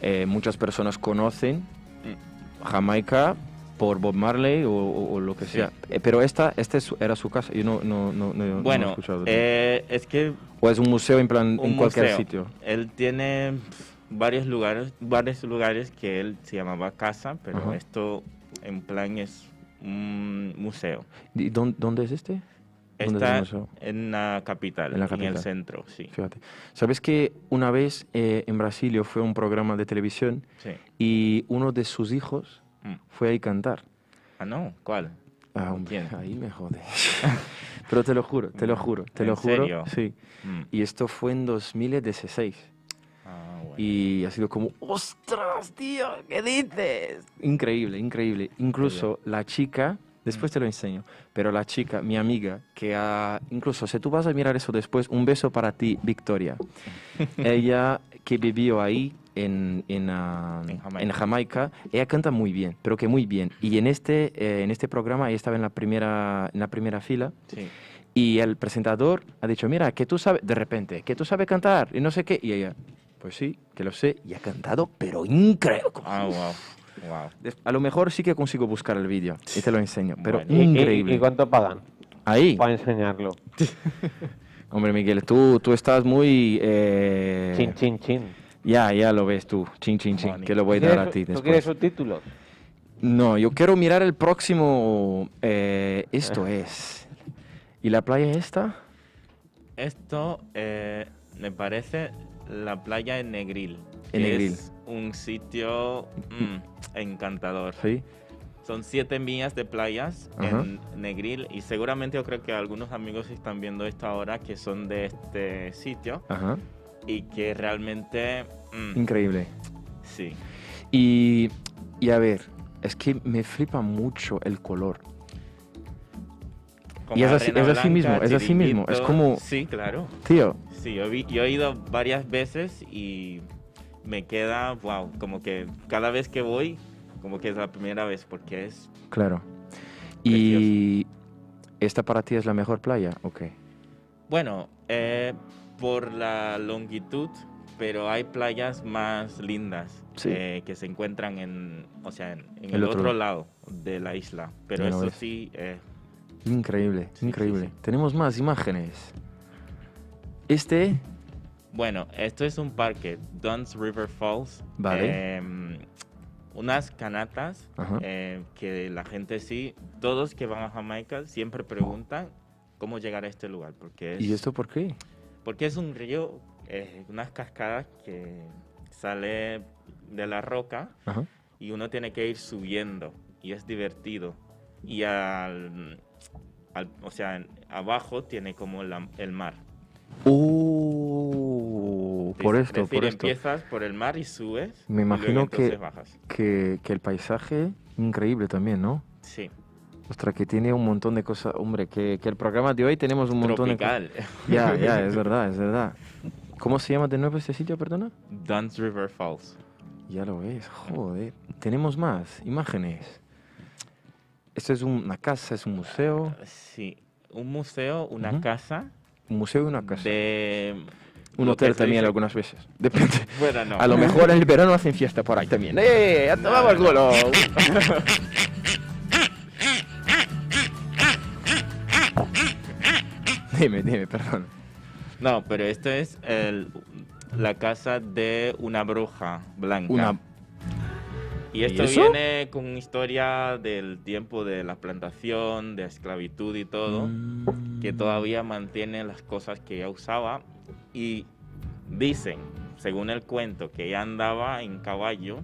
Speaker 1: eh, muchas personas conocen Jamaica por Bob Marley o, o- o lo que
Speaker 6: Mm. Sí.
Speaker 1: sea. Eh, pero esta, esta es su- era su casa, yo no, no, no, no- no he
Speaker 6: bueno,
Speaker 1: escuchado.
Speaker 6: eh, es que
Speaker 1: o es un museo en, plan,
Speaker 6: un
Speaker 1: en cualquier
Speaker 6: museo,
Speaker 1: sitio.
Speaker 6: él tiene pf, varios lugares, varios lugares que él se llamaba casa, pero
Speaker 1: Ajá.
Speaker 6: esto en plan es un museo.
Speaker 1: ¿Y dón- dónde es este? ¿Dónde
Speaker 6: Está
Speaker 1: es el museo?
Speaker 6: en la capital,
Speaker 1: En
Speaker 6: en,
Speaker 1: la
Speaker 6: el
Speaker 1: capital.
Speaker 6: centro, sí.
Speaker 1: Fíjate. ¿Sabes que una vez eh, en Brasil yo fui a un programa de televisión
Speaker 6: sí.
Speaker 1: y uno de sus hijos
Speaker 6: Mm.
Speaker 1: fue ahí cantar?
Speaker 6: Ah, no, ¿cuál?
Speaker 1: Ah, hombre,
Speaker 6: quién?
Speaker 1: ahí me jode. Pero te lo juro, te lo juro, te
Speaker 6: ¿En
Speaker 1: lo juro.
Speaker 6: serio?
Speaker 1: Sí.
Speaker 6: Mm.
Speaker 1: Y esto fue en 2016.
Speaker 6: Ah, bueno.
Speaker 1: Y ha sido como, ¡ostras, tío! ¿Qué dices? Increíble, increíble. Incluso la chica,
Speaker 6: Mm.
Speaker 1: después te lo enseño, pero la chica, mi amiga, que ha, incluso si tú vas a mirar eso después, un beso para ti, Victoria. ella que vivió ahí en, en, ah,
Speaker 6: En Jamaica.
Speaker 1: en Jamaica, ella canta muy bien, pero que muy bien. Y en este, eh, en este programa, ella estaba en la primera, en la primera fila.
Speaker 6: Sí.
Speaker 1: Y el presentador ha dicho, mira, que tú sabes, de repente, que tú sabes cantar y no sé qué. Y ella, pues sí, que lo sé. Y ha cantado, pero increíble.
Speaker 6: Ah, wow. wow.
Speaker 1: Des- A lo mejor sí que consigo buscar el vídeo y te lo enseño, pero
Speaker 6: Bueno.
Speaker 2: Y- y-
Speaker 1: increíble.
Speaker 2: ¿Y cuánto pagan
Speaker 1: Ahí,
Speaker 2: para enseñarlo?
Speaker 1: hombre Miguel, tú, tú estás muy... eh,
Speaker 2: Chin, chin, chin.
Speaker 1: Ya, ya lo ves tú, chin, chin, chin,
Speaker 6: Juani.
Speaker 1: que lo voy a
Speaker 2: ¿Quieres
Speaker 1: dar a
Speaker 2: su-
Speaker 1: ti
Speaker 2: ¿Tú quieres
Speaker 1: después.
Speaker 2: subtítulos?
Speaker 1: No, yo quiero mirar el próximo... eh, esto es... ¿Y la playa esta?
Speaker 6: Esto eh, me parece la playa en Negril.
Speaker 1: En
Speaker 6: que
Speaker 1: Negril.
Speaker 6: Es un sitio mm, encantador.
Speaker 1: Sí.
Speaker 6: Son siete millas de playas
Speaker 1: Ajá.
Speaker 6: en Negril y seguramente yo creo que algunos amigos están viendo esto ahora que son de este sitio
Speaker 1: Ajá,
Speaker 6: y que realmente... mm,
Speaker 1: increíble.
Speaker 6: sí.
Speaker 1: Y, y a ver, es que me flipa mucho el color.
Speaker 6: Como
Speaker 1: Y es así-
Speaker 6: arena
Speaker 1: es así mismo, es así mismo, es
Speaker 6: chiringuito.
Speaker 1: como-
Speaker 6: Sí, claro.
Speaker 1: Tío,
Speaker 6: Sí, yo, vi- yo he ido varias veces y me queda, wow, como que cada vez que voy, como que es la primera vez porque es...
Speaker 1: claro. Y esta para ti es la mejor playa, ok.
Speaker 6: Bueno, eh, por la longitud, pero hay playas más lindas
Speaker 1: Sí.
Speaker 6: eh, que se encuentran en, o sea, en, en
Speaker 1: El
Speaker 6: el
Speaker 1: otro
Speaker 6: otro, lado de la isla. Pero
Speaker 1: Ya lo
Speaker 6: eso
Speaker 1: ves.
Speaker 6: sí, eh,
Speaker 1: Increíble,
Speaker 6: Sí, sí,
Speaker 1: increíble.
Speaker 6: sí.
Speaker 1: Tenemos más imágenes. Este,
Speaker 6: Bueno, esto es un parque, Duns River Falls.
Speaker 1: Vale.
Speaker 6: Em, unas canatas
Speaker 1: Ajá.
Speaker 6: eh, que la gente sí, todos que van a Jamaica siempre preguntan cómo llegar a este lugar, porque es,
Speaker 1: ¿y esto por qué?
Speaker 6: porque es un río, eh, unas cascadas que sale de la roca
Speaker 1: Ajá.
Speaker 6: y uno tiene que ir subiendo y es divertido. Y al, al- o sea, en- abajo tiene como la- el mar.
Speaker 1: Uh, por
Speaker 6: Es
Speaker 1: esto,
Speaker 6: decir,
Speaker 1: por esto.
Speaker 6: empiezas por el mar y subes.
Speaker 1: Me
Speaker 6: y luego
Speaker 1: imagino que-
Speaker 6: entonces bajas.
Speaker 1: Que, que el paisaje, increíble también, ¿no?
Speaker 6: Sí,
Speaker 1: Ostras, que tiene un montón de cosas. Hombre, que, que el programa de hoy tenemos un montón
Speaker 6: tropical.
Speaker 1: de cosas. Ya, ya, es verdad, es verdad. ¿Cómo se llama de nuevo este sitio, perdona?
Speaker 6: Duns River Falls.
Speaker 1: Ya lo ves, joder. Tenemos más imágenes. Esto es un- una casa, es un museo.
Speaker 6: Sí, un museo, una
Speaker 1: Ujú.
Speaker 6: casa
Speaker 1: Un museo y una casa.
Speaker 6: de...
Speaker 1: un
Speaker 6: lo
Speaker 1: hotel
Speaker 6: que se
Speaker 1: también
Speaker 6: dice-
Speaker 1: algunas veces. Depende.
Speaker 6: Bueno, no.
Speaker 1: A lo mejor en el verano hacen fiesta por ahí también. ¡Eh! ¡A tomar por culo! dime, dime, perdón.
Speaker 6: No, pero esto es el- la casa de una bruja blanca.
Speaker 1: Una...
Speaker 6: Y esto
Speaker 1: ¿Y eso?
Speaker 6: viene con una historia del tiempo de la plantación, de esclavitud y todo,
Speaker 1: Mm.
Speaker 6: que todavía mantiene las cosas que ella usaba. Y dicen, según el cuento, que ella andaba en caballo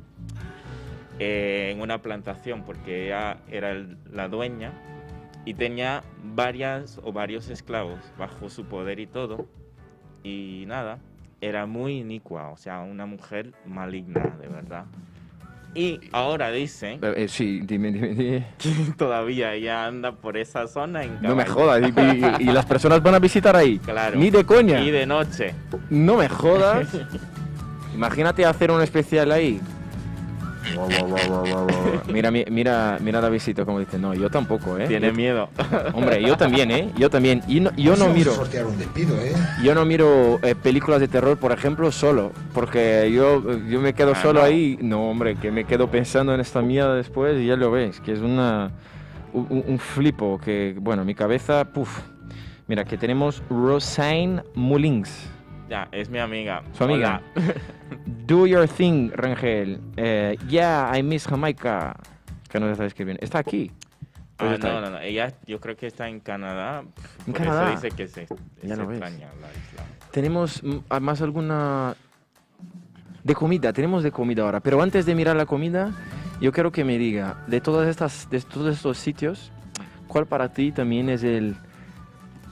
Speaker 6: eh, en una plantación porque ella era el- la dueña y tenía varias o varios esclavos bajo su poder y todo. Y nada, era muy inicua, o sea, una mujer maligna, de verdad. Y ahora dicen
Speaker 1: Eh, eh, sí, dime, dime, dime.
Speaker 6: que todavía ella anda por esa zona en
Speaker 1: No me
Speaker 6: caballo.
Speaker 1: jodas. Y, y- y las personas van a visitar ahí.
Speaker 6: Claro.
Speaker 1: Ni de coña.
Speaker 6: Y de noche.
Speaker 1: No me jodas. Imagínate hacer un especial ahí. Guau, guau, guau, guau, guau, guau. Mira, mi- mira, mira la visita como dice. No, yo tampoco, ¿eh?
Speaker 6: Tiene
Speaker 1: Yo-
Speaker 6: miedo.
Speaker 1: Hombre, yo también, ¿eh? Yo también. Y no- yo no
Speaker 5: Vamos
Speaker 1: miro.
Speaker 5: a sortear un despido, ¿eh?
Speaker 1: Yo no miro eh, películas de terror, por ejemplo, solo, porque yo, yo me quedo
Speaker 6: Ah,
Speaker 1: solo
Speaker 6: no.
Speaker 1: ahí. No, hombre, que me quedo pensando en esta mierda después y ya lo ves, que es una un, un flipo que, bueno, mi cabeza, puf. Mira, que tenemos Rosine Mullings,
Speaker 6: Ya, es mi amiga.
Speaker 1: su amiga.
Speaker 6: Hola.
Speaker 1: Do your thing, Rangel. Eh, yeah, I miss Jamaica. Que nos está escribiendo. Está aquí. Pues
Speaker 6: Ah,
Speaker 1: está
Speaker 6: no,
Speaker 1: ahí.
Speaker 6: no, no. Ella yo creo que está en Canadá.
Speaker 1: ¿En
Speaker 6: por
Speaker 1: Canadá?
Speaker 6: eso dice que se,
Speaker 1: Ya
Speaker 6: se
Speaker 1: lo ves.
Speaker 6: extraña la isla.
Speaker 1: Tenemos mm, ah, más alguna de comida, tenemos de comida ahora, pero antes de mirar la comida, yo quiero que me diga de todas estas de todos estos sitios, ¿cuál para ti también es el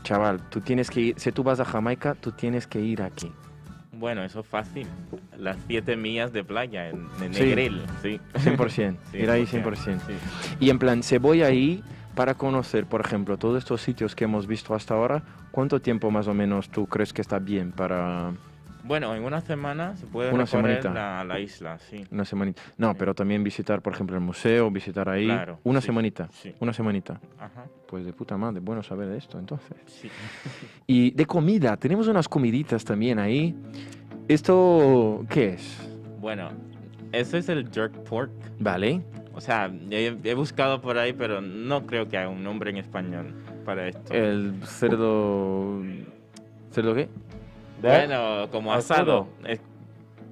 Speaker 1: chaval? Tú tienes que ir, si tú vas a Jamaica, tú tienes que ir aquí.
Speaker 6: Bueno, eso es fácil. Las siete millas de playa en, en
Speaker 1: Sí.
Speaker 6: Negril, sí.
Speaker 1: 100%, ir ahí 100%. Y en plan, se voy ahí para conocer, por ejemplo, todos estos sitios que hemos visto hasta ahora, ¿cuánto tiempo más o menos tú crees que está bien para
Speaker 6: Bueno, en una semana se puede
Speaker 1: Una
Speaker 6: recorrer
Speaker 1: semanita.
Speaker 6: la, la isla, sí.
Speaker 1: Una semanita. No,
Speaker 6: Sí.
Speaker 1: pero también visitar, por ejemplo, el museo, visitar ahí.
Speaker 6: Claro,
Speaker 1: una
Speaker 6: sí,
Speaker 1: semanita.
Speaker 6: sí.
Speaker 1: Una semanita.
Speaker 6: Ajá,
Speaker 1: Pues de puta madre, bueno saber de esto entonces.
Speaker 6: sí.
Speaker 1: Y de comida, tenemos unas comiditas también ahí. ¿Esto qué es?
Speaker 6: Bueno, eso es el jerk pork.
Speaker 1: Vale.
Speaker 6: O sea, he, he buscado por ahí, pero no creo que haya un nombre en español para esto.
Speaker 1: El cerdo. ¿Cerdo qué?
Speaker 6: Bueno, como
Speaker 2: ¿Asado?
Speaker 6: asado. Es,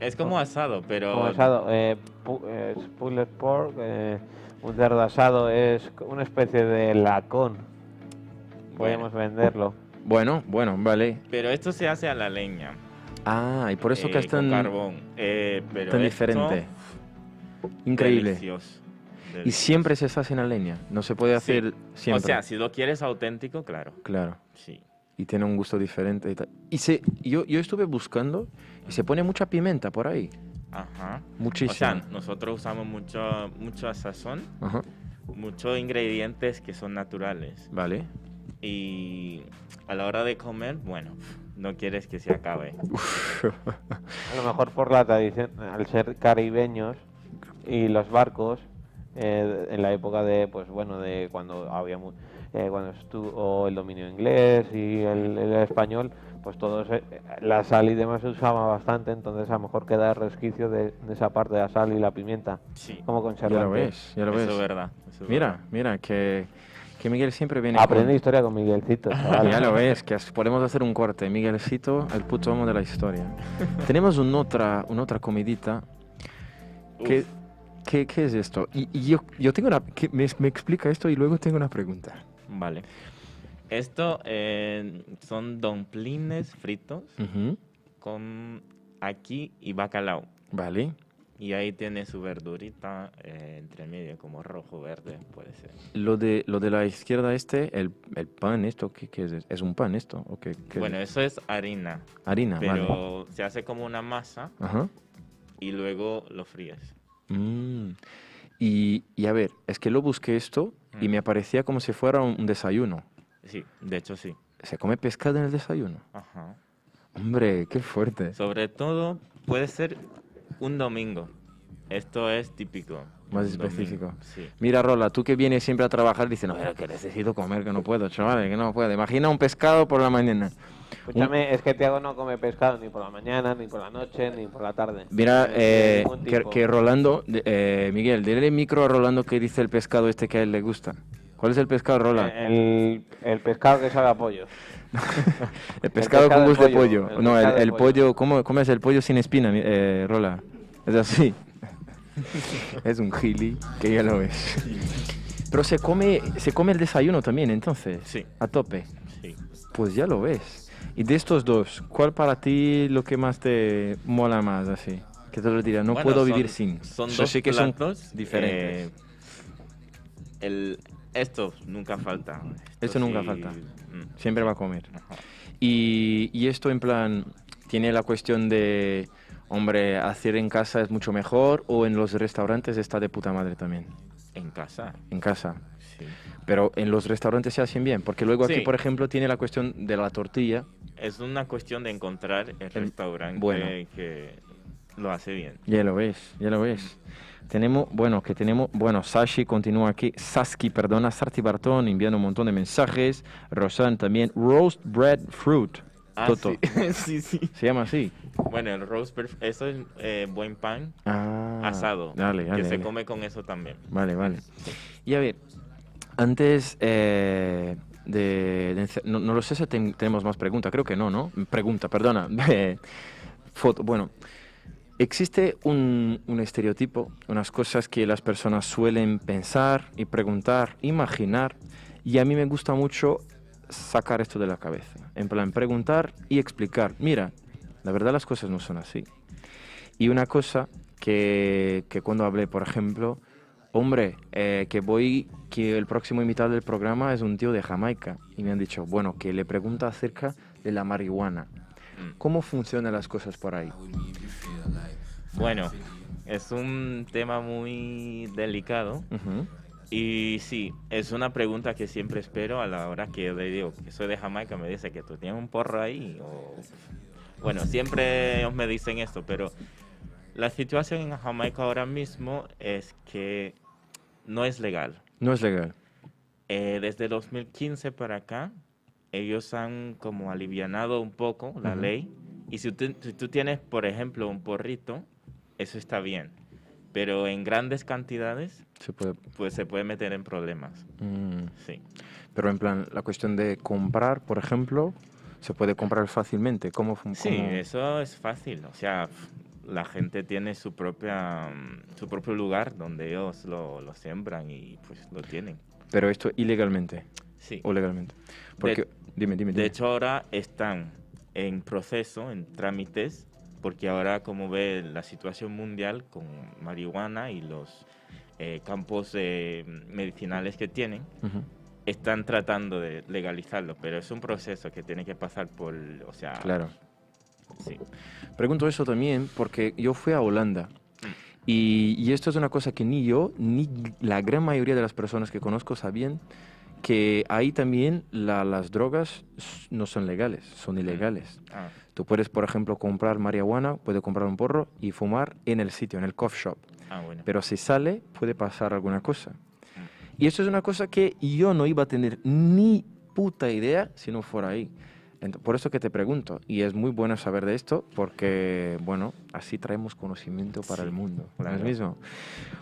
Speaker 6: es
Speaker 1: Oh.
Speaker 6: como asado, pero...
Speaker 2: Como asado, eh, pu- eh, es pulled pork, eh, un cerdo asado es una especie de lacón. Podemos venderlo.
Speaker 1: Bueno, bueno, vale.
Speaker 6: Pero esto se hace a la leña.
Speaker 1: Ah, y por eso
Speaker 6: eh,
Speaker 1: que es
Speaker 6: con
Speaker 1: tan,
Speaker 6: carbón. Eh, pero
Speaker 1: tan
Speaker 6: esto,
Speaker 1: diferente. Increíble.
Speaker 6: delicioso,
Speaker 1: Y
Speaker 6: delicioso.
Speaker 1: siempre se hace en la leña. No se puede
Speaker 6: Sí.
Speaker 1: hacer siempre.
Speaker 6: O sea, si lo quieres auténtico, claro.
Speaker 1: claro.
Speaker 6: Sí.
Speaker 1: y tiene un gusto diferente y tal. Y se, yo, yo estuve buscando y se pone mucha pimienta por ahí.
Speaker 6: Ajá. O sea,
Speaker 1: Muchísima.
Speaker 6: nosotros usamos mucho, mucho sazón,
Speaker 1: Ajá,
Speaker 6: muchos ingredientes que son naturales.
Speaker 1: Vale.
Speaker 6: Y a la hora de comer, bueno, no quieres que se acabe.
Speaker 2: A lo mejor por la tradición, al ser caribeños y los barcos, eh, en la época de, pues bueno, de cuando había mu- eh, cuando estuvo el dominio inglés y el, el español, pues todos eh, la sal y demás se usaba bastante, entonces a lo mejor queda resquicio de, de esa parte de la sal y la pimienta
Speaker 6: Sí,
Speaker 2: como
Speaker 1: Ya lo
Speaker 2: conservante.
Speaker 1: ves, ya lo
Speaker 6: eso
Speaker 1: ves.
Speaker 6: es verdad. eso es
Speaker 1: Mira,
Speaker 6: verdad.
Speaker 1: mira, que Que Miguel siempre viene.
Speaker 2: Aprende
Speaker 1: con-
Speaker 2: historia con Miguelcito, chaval.
Speaker 1: Ya lo ves, que as- podemos hacer un corte. Miguelcito, el puto amo de la historia. Tenemos un otra, una otra comidita. ¿Qué, qué, qué es esto? Y, y yo, yo tengo una. que me, me explica esto y luego tengo una pregunta.
Speaker 6: Vale. Esto eh, son domplines fritos
Speaker 1: Ujú,
Speaker 6: con aquí y bacalao.
Speaker 1: Vale.
Speaker 6: Y ahí tiene su verdurita eh, entre medio, como rojo, verde, puede ser.
Speaker 1: Lo de, lo de la izquierda este, el, el pan esto, ¿qué, qué es? esto? ¿Es un pan esto? ¿O qué, qué es?
Speaker 6: Bueno, eso es harina,
Speaker 1: Harina, vale.
Speaker 6: pero se hace como una masa
Speaker 1: Ajá.
Speaker 6: y luego lo fríes.
Speaker 1: Mm. Y, y a ver, es que lo busqué esto y
Speaker 6: Mm.
Speaker 1: me aparecía como si fuera un, un desayuno.
Speaker 6: Sí, de hecho sí.
Speaker 1: ¿Se come pescado en el desayuno?
Speaker 6: Ajá.
Speaker 1: Hombre, qué fuerte.
Speaker 6: Sobre todo puede ser un domingo. Esto es típico.
Speaker 1: Más
Speaker 6: un domingo,
Speaker 1: específico.
Speaker 6: Sí.
Speaker 1: Mira, Rola, tú que vienes siempre a trabajar, dices, no, pero que necesito comer, que no puedo, chavales, que no puedo. Imagina un pescado por la mañana.
Speaker 2: Escúchame, es que Tiago no come pescado ni por la mañana, ni por la noche, ni por la tarde.
Speaker 1: Mira,
Speaker 2: De
Speaker 1: eh,
Speaker 2: ningún
Speaker 1: que,
Speaker 2: tipo.
Speaker 1: que Rolando, de- eh, Miguel, dile el micro a Rolando que dice el pescado este que a él le gusta. ¿Cuál es el pescado,
Speaker 2: Eh,
Speaker 1: Rola?
Speaker 2: El, el pescado que sabe a pollo.
Speaker 1: el pescado
Speaker 2: pescado
Speaker 1: con
Speaker 2: de
Speaker 1: gusto de pollo.
Speaker 2: pollo, el
Speaker 1: no, el,
Speaker 2: pescado de
Speaker 1: el
Speaker 2: pollo.
Speaker 1: pollo, ¿cómo, cómo es el pollo sin espina, mi- eh, Rola? Es así. es un gili, que ya lo ves. Pero se come, se come el desayuno también, entonces.
Speaker 6: Sí.
Speaker 1: A tope.
Speaker 6: Sí.
Speaker 1: Pues ya lo ves. Y de estos dos, ¿cuál para ti lo que más te mola más así? Que te lo dirá, no
Speaker 6: Bueno,
Speaker 1: puedo
Speaker 6: son-
Speaker 1: vivir sin.
Speaker 6: Son
Speaker 1: Yo
Speaker 6: dos
Speaker 1: sé que
Speaker 6: platos,
Speaker 1: son diferentes.
Speaker 6: eh, el, esto nunca falta. Esto
Speaker 1: Esto nunca
Speaker 6: sí,
Speaker 1: falta.
Speaker 6: mm,
Speaker 1: Siempre va a comer.
Speaker 6: ajá.
Speaker 1: Y, y esto en plan, tiene la cuestión de, hombre, hacer en casa es mucho mejor o en los restaurantes está de puta madre también,
Speaker 6: En casa.
Speaker 1: en casa.
Speaker 6: Sí.
Speaker 1: Pero en los restaurantes se hacen bien, porque luego aquí,
Speaker 6: Sí.
Speaker 1: por ejemplo, tiene la cuestión de la tortilla.
Speaker 6: Es una cuestión de encontrar el restaurante
Speaker 1: bueno.
Speaker 6: que lo hace bien.
Speaker 1: Ya lo ves, ya lo ves. Tenemos, bueno, que tenemos, bueno, Sashi continúa aquí, Saski, perdona, Sarti Bartón enviando un montón de mensajes, Rosan también, Roast Bread Fruit,
Speaker 6: Ah,
Speaker 1: Toto,
Speaker 6: sí. sí, sí.
Speaker 1: se llama así.
Speaker 6: Bueno, el roast beef, eso es eh, buen pan
Speaker 1: Ah,
Speaker 6: asado.
Speaker 1: Dale, dale.
Speaker 6: que se
Speaker 1: dale.
Speaker 6: come con eso también.
Speaker 1: Vale, vale. Y a ver, antes eh, de, de ence- no, no lo sé si ten- tenemos más preguntas, creo que no, ¿no? Pregunta, perdona. eh, Foto, bueno. Existe un, un estereotipo, unas cosas que las personas suelen pensar y preguntar, imaginar, y a mí me gusta mucho sacar esto de la cabeza. En plan, preguntar y explicar. Mira, la verdad las cosas no son así. Y una cosa que, que cuando hablé, por ejemplo, hombre, eh, que voy, que el próximo invitado del programa es un tío de Jamaica. Y me han dicho, bueno, que le pregunta acerca de la marihuana.
Speaker 6: Mm.
Speaker 1: ¿Cómo funcionan las cosas por ahí?
Speaker 6: Bueno, es un tema muy delicado.
Speaker 1: Ujú.
Speaker 6: Y sí, es una pregunta que siempre espero a la hora que yo le digo que soy de Jamaica, me dice que tú tienes un porro ahí. o- Bueno, siempre ellos me dicen esto, pero la situación en Jamaica ahora mismo es que no es legal.
Speaker 1: No es legal.
Speaker 6: Eh, desde 2015 para acá, ellos han como alivianado un poco la
Speaker 1: Ujú.
Speaker 6: ley. Y si tú, si tú tienes, por ejemplo, un porrito, eso está bien. Pero en grandes cantidades,
Speaker 1: Se puede.
Speaker 6: pues se puede meter en problemas.
Speaker 1: mm,
Speaker 6: Sí.
Speaker 1: Pero en plan, la cuestión de comprar, por ejemplo, se puede comprar fácilmente. ¿Cómo
Speaker 6: Sí,
Speaker 1: funciona?
Speaker 6: eso es fácil. O sea, f- la gente tiene su propia mm, su propio lugar donde ellos lo, lo siembran y pues lo tienen.
Speaker 1: Pero esto ilegalmente
Speaker 6: Sí.
Speaker 1: o legalmente. Porque, dime, dime, dime.
Speaker 6: De hecho, ahora están en proceso, en trámites, porque ahora como ve la situación mundial con marihuana y los eh, campos eh, medicinales que tienen,
Speaker 1: Ujú.
Speaker 6: están tratando de legalizarlo, pero es un proceso que tiene que pasar por, o sea,
Speaker 1: Claro.
Speaker 6: sí.
Speaker 1: Pregunto eso también porque yo fui a Holanda y, y esto es una cosa que ni yo ni la gran mayoría de las personas que conozco sabían que ahí también la- las drogas s- no son legales, son ilegales.
Speaker 6: Ah,
Speaker 1: Tú puedes, por ejemplo, comprar marihuana, puedes comprar un porro y fumar en el sitio, en el coffee shop.
Speaker 6: ah, bueno. Mm.
Speaker 1: Pero si sale, puede pasar alguna cosa. Y esto es una cosa que yo no iba a tener ni puta idea si no fuera ahí. Ent- por eso que te pregunto. Y es muy bueno saber de esto porque, bueno, así traemos conocimiento para el
Speaker 6: Sí,
Speaker 1: mundo. ¿no es
Speaker 6: claro.
Speaker 1: mismo?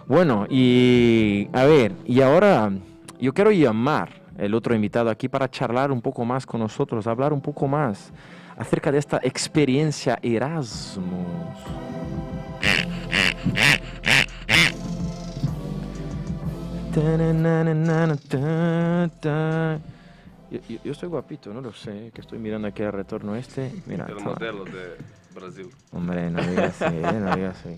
Speaker 1: Bueno, y a ver, y ahora yo quiero llamar el otro invitado aquí, para charlar un poco más con nosotros, hablar un poco más acerca de esta experiencia Erasmus. Yo, yo- yo soy guapito, no lo sé, que estoy mirando aquí al retorno este. Mira,
Speaker 3: El
Speaker 1: toma.
Speaker 3: modelo de Brasil.
Speaker 1: Hombre, no digas así, eh, no digas así.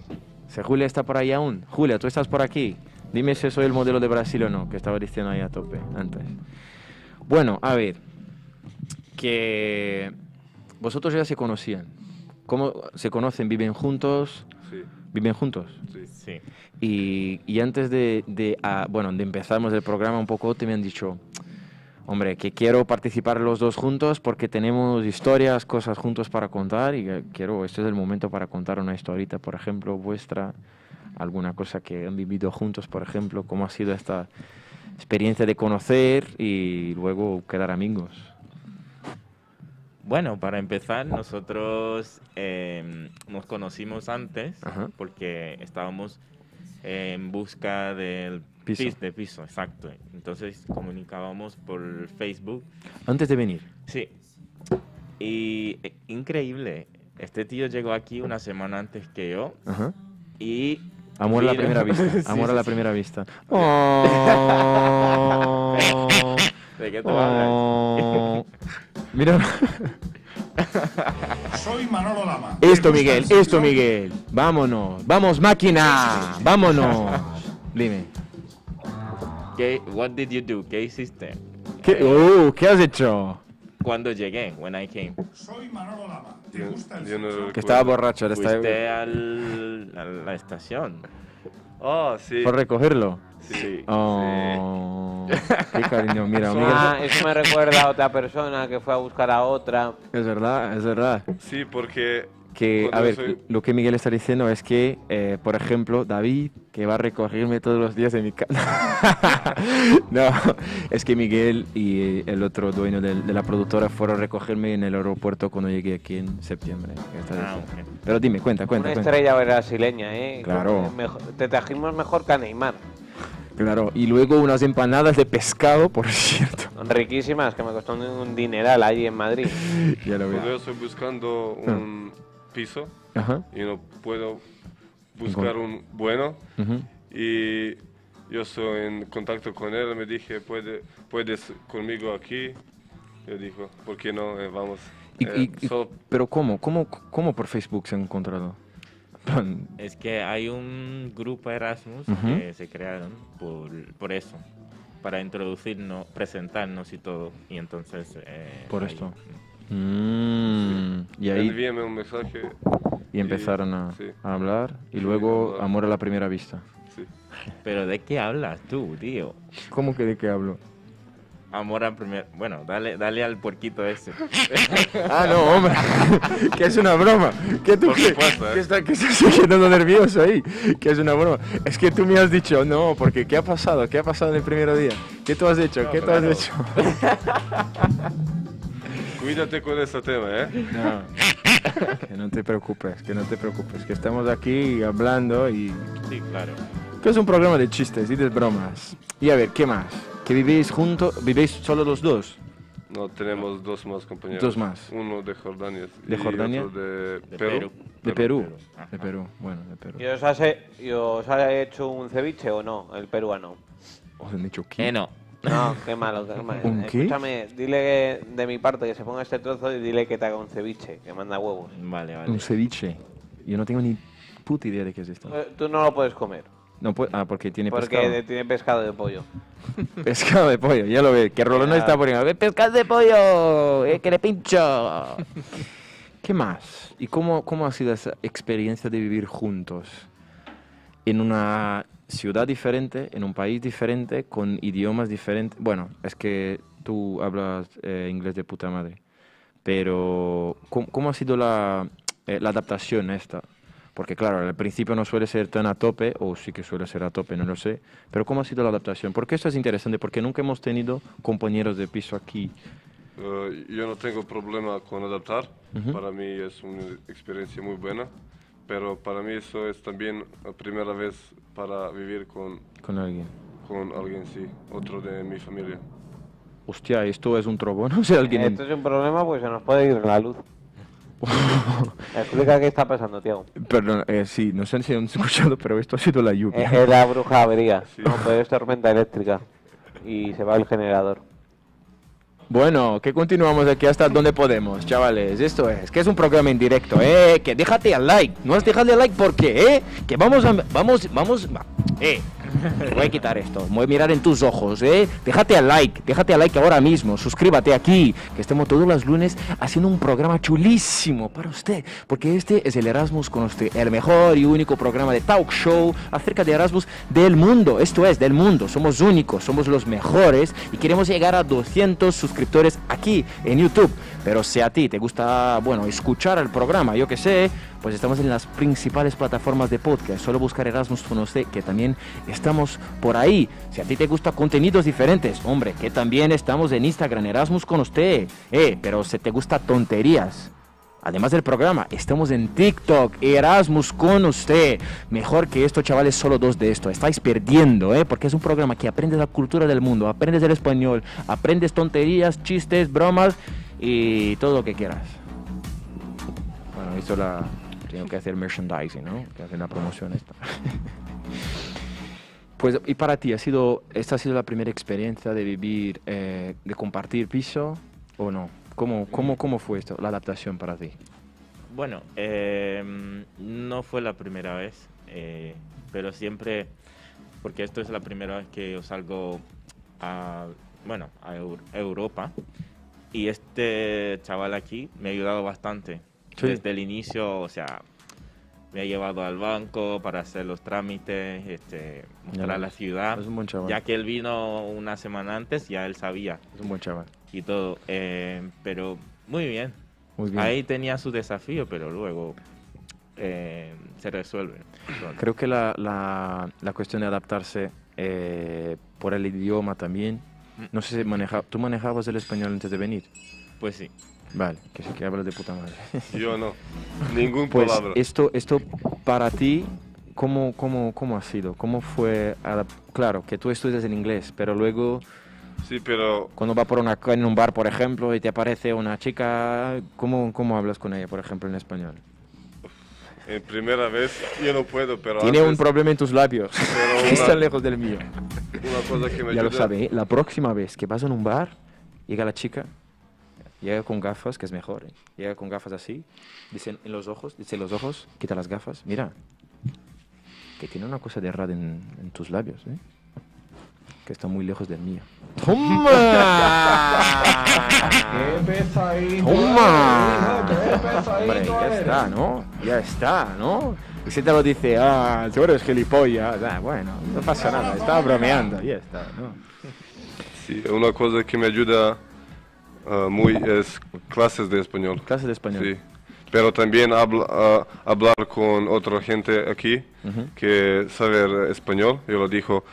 Speaker 1: Si Julia está por ahí aún. Julia, tú estás por aquí. Dime si soy el modelo de Brasil o no, que estaba diciendo ahí a tope antes. Bueno, a ver. Que vosotros ya se conocían. ¿Cómo se conocen? ¿Viven juntos?
Speaker 3: Sí,
Speaker 1: ¿Viven juntos?
Speaker 3: sí.
Speaker 6: Sí.
Speaker 1: Y, y antes de, de, ah, bueno, de empezarmos el programa un poco, te me han dicho, hombre, que quiero participar los dos juntos porque tenemos historias, cosas juntos para contar y eh, quiero, este es el momento para contar una historita, por ejemplo, vuestra, alguna cosa que han vivido juntos, por ejemplo, cómo ha sido esta experiencia de conocer y luego quedar amigos.
Speaker 6: Bueno, para empezar, nosotros eh, nos conocimos antes
Speaker 1: Ajá.
Speaker 6: porque estábamos en busca del
Speaker 1: Piso.
Speaker 6: pis- de piso, exacto. Entonces comunicábamos por Facebook.
Speaker 1: Antes de venir,
Speaker 6: Sí. Y eh, increíble, este tío llegó aquí una semana antes que yo
Speaker 1: Ajá.
Speaker 6: y...
Speaker 1: amor a la
Speaker 6: Mira.
Speaker 1: primera
Speaker 6: Sí,
Speaker 1: vista, amor a
Speaker 6: sí,
Speaker 1: la
Speaker 6: sí.
Speaker 1: primera vista. Oh.
Speaker 6: ¿De qué te hablas?
Speaker 1: Oh. Mira,
Speaker 4: Soy Manolo Lama. ¿Te
Speaker 1: esto
Speaker 4: gusta
Speaker 1: Miguel,
Speaker 4: el
Speaker 1: esto
Speaker 4: sexo?
Speaker 1: Miguel. Vámonos, vamos máquina, vámonos. Dime.
Speaker 6: ¿Qué, what did you do? ¿Qué hiciste? Eh,
Speaker 1: ¿Qué, oh, ¿qué has hecho?
Speaker 6: Cuando llegué, when I came.
Speaker 4: Soy Manolo Lama. ¿Te
Speaker 3: Yo-
Speaker 4: gusta el
Speaker 3: yo no-
Speaker 4: sexo?
Speaker 1: Que estaba borracho, ahora está-
Speaker 6: Fuiste al, a la estación.
Speaker 3: Ah, sí.
Speaker 1: por recogerlo.
Speaker 3: Sí.
Speaker 1: Oh, qué cariño, mira,
Speaker 2: Ah,
Speaker 1: Miguel.
Speaker 2: eso me recuerda a otra persona que fue a buscar a otra.
Speaker 1: Es verdad, es verdad.
Speaker 3: Sí, porque
Speaker 1: Que, a
Speaker 3: Cuando
Speaker 1: ver,
Speaker 3: soy-
Speaker 1: lo que Miguel está diciendo es que, eh, por ejemplo, David, que va a recogerme todos los días en mi casa. no, es que Miguel y el otro dueño del- de, la productora fueron a recogerme en el aeropuerto cuando llegué aquí en septiembre. ¿Qué estás
Speaker 6: Ah,
Speaker 1: diciendo?
Speaker 6: ok.
Speaker 1: Pero dime, cuenta, cuenta,
Speaker 2: una
Speaker 1: cuenta.
Speaker 2: estrella brasileña, ¿eh?
Speaker 1: Claro.
Speaker 2: Mejor- te trajimos mejor que a Neymar.
Speaker 1: Claro, y luego unas empanadas de pescado, por cierto.
Speaker 2: Riquísimas, que me costó un- un dineral allí en Madrid.
Speaker 1: ya lo
Speaker 3: cuando Pues yo
Speaker 1: veo.
Speaker 3: estoy buscando
Speaker 1: Ah.
Speaker 3: un piso
Speaker 1: Ajá.
Speaker 3: y no puedo buscar un bueno
Speaker 1: ujú.
Speaker 3: y yo estoy en contacto con él, me dije, "Puede- ¿puedes conmigo aquí? Yo dijo, ¿por qué no? Eh, vamos.
Speaker 1: Y-
Speaker 3: Eh,
Speaker 1: y- y-
Speaker 3: solo-
Speaker 1: Pero ¿cómo? ¿Cómo, ¿Cómo por Facebook se han encontrado? En plan,
Speaker 6: Es que hay un grupo Erasmus
Speaker 1: Ujú.
Speaker 6: que se crearon por, por eso, para introducirnos, presentarnos y todo. Y entonces... eh,
Speaker 1: Por
Speaker 6: ahí-
Speaker 1: esto. mm, y ahí...
Speaker 3: Envíame un mensaje.
Speaker 1: Y empezaron a,
Speaker 3: sí.
Speaker 1: a hablar y
Speaker 3: Sí,
Speaker 1: luego
Speaker 3: hablar.
Speaker 1: amor a la primera vista.
Speaker 3: Sí.
Speaker 6: Pero ¿de qué hablas tú, tío?
Speaker 1: ¿Cómo que de qué hablo?
Speaker 6: Amor a primer... Bueno, dale, dale al puerquito ese.
Speaker 1: Ah, no, hombre, que es una broma. Que tú
Speaker 3: Por
Speaker 1: que,
Speaker 3: supuesto, ¿eh?
Speaker 1: que está- que estás quedando nervioso ahí, que es una broma. Es que tú me has dicho, no, porque ¿qué ha pasado? ¿Qué ha pasado en el primer día? ¿Qué tú has hecho?
Speaker 3: No,
Speaker 1: ¿Qué tú has
Speaker 3: claro.
Speaker 1: hecho?
Speaker 3: Cuídate con ese tema, ¿eh?
Speaker 1: No. que no te preocupes, que no te preocupes, que estamos aquí hablando y
Speaker 6: Sí, claro.
Speaker 1: que es un programa de chistes y de bromas. Y a ver, ¿qué más? ¿Que vivéis juntos? ¿Vivéis solo los dos?
Speaker 3: No, tenemos dos más compañeros.
Speaker 1: Dos más.
Speaker 3: Uno de Jordania.
Speaker 1: ¿De
Speaker 3: y
Speaker 1: Jordania?
Speaker 3: otro de,
Speaker 6: De
Speaker 3: Perú.
Speaker 6: Perú.
Speaker 1: De Perú.
Speaker 6: Ajá.
Speaker 1: De Perú, bueno, de Perú.
Speaker 2: ¿Y os, has he- y os ha hecho un ceviche o no, el peruano?
Speaker 1: Os han dicho
Speaker 6: Eh,
Speaker 1: que.
Speaker 6: no.
Speaker 2: No, qué malo, qué malo.
Speaker 1: ¿Un qué?
Speaker 2: Escúchame, dile que- de mi parte que se ponga este trozo y dile que te haga un ceviche, que manda huevos.
Speaker 6: Vale, vale.
Speaker 1: Un ceviche. Yo no tengo ni puta idea de qué es esto.
Speaker 2: Eh, Tú no lo puedes comer,
Speaker 1: No puede- ah, porque tiene
Speaker 2: porque
Speaker 1: pescado.
Speaker 2: de- tiene pescado de pollo.
Speaker 1: Pescado de pollo, ya lo ve. Que Rolón está poniendo. "Ve, pescado de pollo! eh, ¡Que le pincho! ¿Qué más? ¿Y cómo, cómo ha sido esa experiencia de vivir juntos? En una ciudad diferente, en un país diferente, con idiomas diferentes. Bueno, es que tú hablas eh, inglés de puta madre. Pero, ¿cómo, cómo ha sido la, eh, la adaptación a esta? Porque claro, al principio no suele ser tan a tope, o sí que suele ser a tope, no lo sé. Pero ¿cómo ha sido la adaptación? Porque esto es interesante, porque nunca hemos tenido compañeros de piso aquí.
Speaker 3: Eh, yo no tengo problema con adaptar.
Speaker 1: Ujú.
Speaker 3: Para mí es una experiencia muy buena. Pero para mí eso es también la primera vez para vivir con,
Speaker 1: Con alguien.
Speaker 3: con alguien, sí. Otro de mi familia.
Speaker 1: Hostia, esto es un trobo, no sé, alguien...
Speaker 2: Eh, Esto es un problema porque se nos puede ir la luz. Explica qué está pasando, Tiago.
Speaker 1: Perdón, eh, sí, no sé si han escuchado, pero esto ha sido la
Speaker 2: Eh,
Speaker 1: lluvia.
Speaker 2: Es la bruja avería. No, pero es tormenta eléctrica. Y se va el generador.
Speaker 1: Bueno, que continuamos aquí hasta donde podemos, chavales. Esto es, que es un programa en directo, ¿eh? Que déjate al like. No has dejado el like porque, ¿eh? Que vamos a... Vamos, vamos... va- Eh, te voy a quitar esto. Voy a mirar en tus ojos, ¿eh? Déjate al like, déjate al like ahora mismo. Suscríbete aquí, que estemos todos los lunes haciendo un programa chulísimo para usted. Porque este es el Erasmus con usted, el mejor y único programa de talk show acerca de Erasmus del mundo. Esto es, del mundo. Somos únicos, somos los mejores y queremos llegar a 200 suscriptores aquí en YouTube. Pero si a ti te gusta, bueno, escuchar el programa, yo que sé, pues estamos en las principales plataformas de podcast. Solo buscar Erasmus con usted, que también estamos por ahí. Si a ti te gusta contenidos diferentes, hombre, que también estamos en Instagram, Erasmus con usted. Eh, pero si te gusta tonterías. Además del programa, estamos en TikTok, Erasmus con usted. Mejor que esto, chavales, solo dos de esto. Estáis perdiendo, ¿eh? Porque es un programa que aprendes la cultura del mundo, aprendes el español, aprendes tonterías, chistes, bromas y todo lo que quieras. Bueno, esto la... Tengo que hacer merchandising, ¿no? Que hacer la promoción esta. Pues, ¿y para ti? ¿Ha sido, ¿Esta ha sido la primera experiencia de vivir, eh, de compartir piso o no? ¿Cómo, cómo, ¿Cómo fue esto, la adaptación para ti?
Speaker 6: Bueno, em, no fue la primera vez, eh, pero siempre, porque esto es la primera vez que yo salgo a, bueno, a Eu- Europa, y este chaval aquí me ha ayudado bastante.
Speaker 1: Sí.
Speaker 6: Desde el inicio, o sea, me ha llevado al banco para hacer los trámites, este, mostrar la
Speaker 1: ves.
Speaker 6: ciudad.
Speaker 1: Es un buen chaval.
Speaker 6: Ya que él vino una semana antes, ya él sabía
Speaker 1: Es un buen chaval.
Speaker 6: y todo. em, pero muy bien,
Speaker 1: Muy bien.
Speaker 6: Ahí tenía su desafío, pero luego eh, se resuelve. Entonces,
Speaker 1: Creo que la, la, la cuestión de adaptarse eh, por el idioma también.
Speaker 3: Mm.
Speaker 1: No sé si maneja, tú manejabas el español antes de venir.
Speaker 6: Pues sí.
Speaker 1: Vale, que sí que hablas de puta madre.
Speaker 3: Yo no. Ninguna
Speaker 1: Pues
Speaker 3: palabra.
Speaker 1: esto, esto para ti, ¿cómo, cómo, cómo ha sido? ¿Cómo fue? adap- Claro, que tú estudias en inglés, pero luego
Speaker 3: Sí, pero
Speaker 1: cuando vas por una, ca- en un bar, por ejemplo, y te aparece una chica, ¿cómo, cómo hablas con ella, por ejemplo, en español?
Speaker 3: en primera vez yo no puedo, pero
Speaker 1: Tiene un
Speaker 3: antes,
Speaker 1: problema en tus labios.
Speaker 3: Pero
Speaker 1: que
Speaker 3: una-
Speaker 1: Están lejos del mío.
Speaker 3: una cosa que me
Speaker 1: Ya lo
Speaker 3: ayuda.
Speaker 1: sabe, ¿eh? la próxima vez que vas a un bar, llega la chica, llega con gafas, que es mejor, ¿eh? llega con gafas así, dicen en los ojos, dice en los ojos, quita las gafas, mira, que tiene una cosa de raro en, en tus labios, ¿eh? que está muy lejos del mío. ¡Toma!
Speaker 2: pesadito!
Speaker 1: ¡Toma! Hombre, ya está, ¿no? Ya está, ¿no? Y si te lo dice, ah, seguro es gilipollas, ah, bueno, no pasa nada, estaba bromeando, ya está, ¿no?
Speaker 3: Sí, una cosa que me ayuda eh, muy es clases de español.
Speaker 1: Clase de español.
Speaker 3: Sí. Pero también habla- ah, hablar con otra gente aquí que saber español. Yo lo dijo,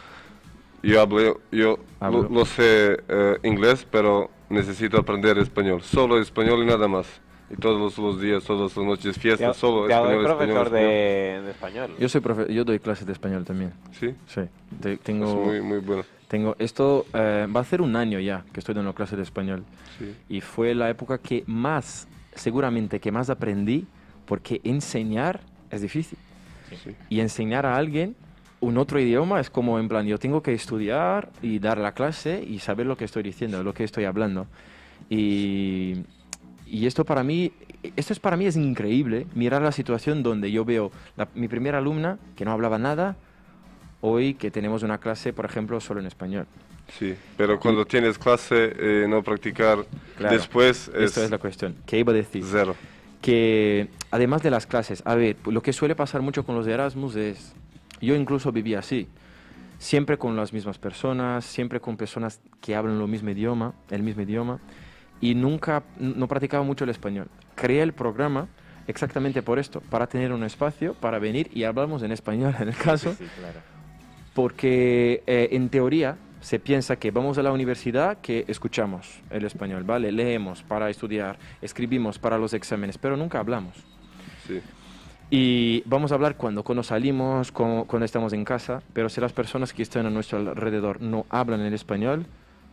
Speaker 3: yo hablo, yo
Speaker 1: Hablo.
Speaker 3: Lo, lo sé eh, inglés, pero necesito aprender español. Solo español y nada más. Y todos los, los días, todas las noches,
Speaker 2: Tiago
Speaker 3: fiestas, solo
Speaker 2: Tiago es
Speaker 3: español,
Speaker 2: profesor
Speaker 3: español,
Speaker 2: de, de español.
Speaker 1: Yo soy profe, yo doy clases de español también.
Speaker 3: español. Sí,
Speaker 1: Sí. Te-
Speaker 3: es
Speaker 1: tengo,
Speaker 3: muy, muy bueno.
Speaker 1: tengo esto eh, va a ser un año ya que estoy dando clases de español
Speaker 3: Sí.
Speaker 1: y fue la época que más, seguramente que más aprendí porque enseñar es difícil
Speaker 3: Sí.
Speaker 1: y enseñar a alguien un otro idioma es como en plan yo tengo que estudiar y dar la clase y saber lo que estoy diciendo, lo que estoy hablando. Y, y esto para mí, esto es para mí es increíble, mirar la situación donde yo veo la- mi primera alumna que no hablaba nada, hoy que tenemos una clase, por ejemplo, solo en español.
Speaker 3: Sí, pero cuando tienes clase, eh, no practicar
Speaker 1: Claro.
Speaker 3: después es,
Speaker 1: Esta es la cuestión. ¿Qué iba a decir?
Speaker 3: cero.
Speaker 1: que además de las clases, a ver, lo que suele pasar mucho con los de Erasmus es, yo incluso vivía así, siempre con las mismas personas, siempre con personas que hablan lo mismo idioma, el mismo idioma, y nunca, n- no practicaba mucho el español. Creé el programa exactamente por esto, para tener un espacio, para venir y hablamos en español en el caso,
Speaker 6: Sí, claro.
Speaker 1: porque eh, en teoría se piensa que vamos a la universidad, que escuchamos el español, ¿vale? Leemos para estudiar, escribimos para los exámenes, pero nunca hablamos.
Speaker 3: Sí.
Speaker 1: Y vamos a hablar cuando, cuando salimos, cu- cuando, estamos en casa, pero si las personas que están a nuestro alrededor no hablan el español,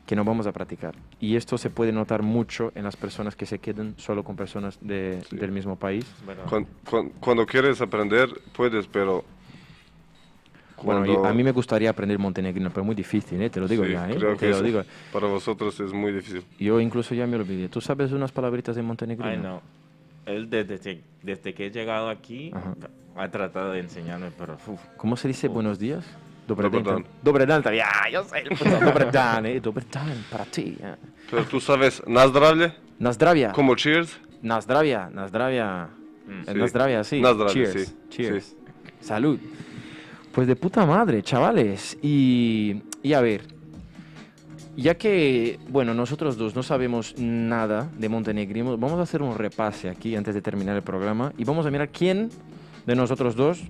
Speaker 1: que no vamos a practicar. Y esto se puede notar mucho en las personas que se quedan solo con personas de-
Speaker 3: Sí.
Speaker 1: del mismo país.
Speaker 6: Bueno,
Speaker 3: Cuan- cuan- cuando quieres aprender, puedes, pero...
Speaker 1: Bueno,
Speaker 3: cuando-
Speaker 1: y a mí me gustaría aprender montenegrino, pero muy difícil, ¿eh? te lo digo
Speaker 3: Sí,
Speaker 1: ya, ¿eh?
Speaker 3: creo
Speaker 1: te
Speaker 3: que
Speaker 1: lo
Speaker 3: es-
Speaker 1: digo.
Speaker 3: Para vosotros es muy difícil.
Speaker 1: Yo incluso ya me olvidé. ¿Tú sabes unas palabritas de montenegrino?
Speaker 6: ay, no. Él desde, que- desde que he llegado aquí
Speaker 1: Ajá.
Speaker 6: ha tratado de enseñarme, pero uf,
Speaker 1: ¿Cómo se dice buenos días? Dobre
Speaker 3: Dobar
Speaker 1: dan.
Speaker 3: dan.
Speaker 1: Dobre dan, tam- ya, yo sé. el puto Dobre dan, eh, dobre dan, para ti. eh.
Speaker 3: Pero tú sabes, Nazdravle,
Speaker 1: Nazdravia.
Speaker 3: como cheers,
Speaker 1: Nazdravia, Nazdravia. Eh,
Speaker 3: Sí.
Speaker 1: Nazdravia, sí.
Speaker 3: Nazdravia,
Speaker 1: Cheers.
Speaker 3: sí,
Speaker 1: Cheers.
Speaker 3: sí.
Speaker 1: Salud. Pues de puta madre, chavales. Y, y a ver, ya que, bueno, nosotros dos no sabemos nada de montenegrinos, vamos a hacer un repase aquí antes de terminar el programa y vamos a mirar quién de nosotros dos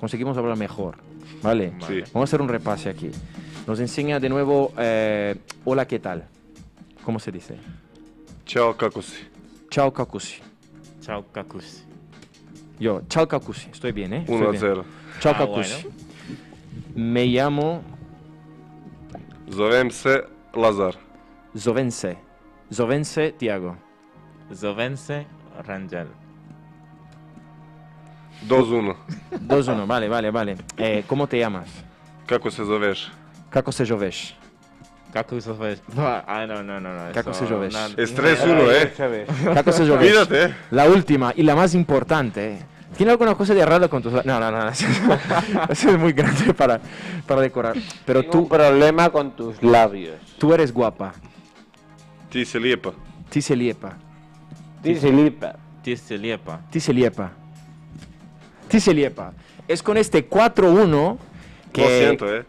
Speaker 1: conseguimos hablar mejor. ¿Vale?
Speaker 3: sí.
Speaker 1: Vamos a hacer un repase aquí. Nos enseña de nuevo, eh, hola, ¿qué tal? ¿Cómo se dice?
Speaker 3: Chao, kakosi.
Speaker 1: Chao, Kakushi.
Speaker 6: chao Kakus.
Speaker 1: Yo, chao Kakushi, estoy bien, ¿eh? Estoy
Speaker 3: 1 a
Speaker 1: bien.
Speaker 3: 0.
Speaker 1: Chao
Speaker 6: Ah,
Speaker 1: Kakushi. Me llamo
Speaker 3: Zovem se Lazar.
Speaker 1: Zovense. Zovense Tiago.
Speaker 6: Zovence Rangel.
Speaker 3: 2-1.
Speaker 1: 2-1, vale, vale, vale. Eh, ¿Cómo te llamas?
Speaker 3: Kako se zoveš?
Speaker 1: Kako se joves?
Speaker 6: Kakus Zovence. Ah, no, no, no. no
Speaker 1: Kakus
Speaker 6: eso,
Speaker 1: Zovec.
Speaker 6: na-
Speaker 3: Es 3-1, ¿eh?
Speaker 2: Chévere.
Speaker 1: Kako se joves?
Speaker 3: Mírate, ¿eh?
Speaker 1: La última y la más importante. eh. ¿Tiene alguna cosa de raro con tus... No, no, no. Eso es muy grande para, para decorar. Pero
Speaker 2: Tengo un
Speaker 1: tú,
Speaker 2: problema con tus labios.
Speaker 1: tú eres guapa.
Speaker 3: Ti si lijepa.
Speaker 1: Ti liepa.
Speaker 2: Tisilipa.
Speaker 6: Tiseliepa.
Speaker 1: Tiseliepa. Tiseliepa. Es con este 4-1 que...
Speaker 3: Lo siento, ¿eh?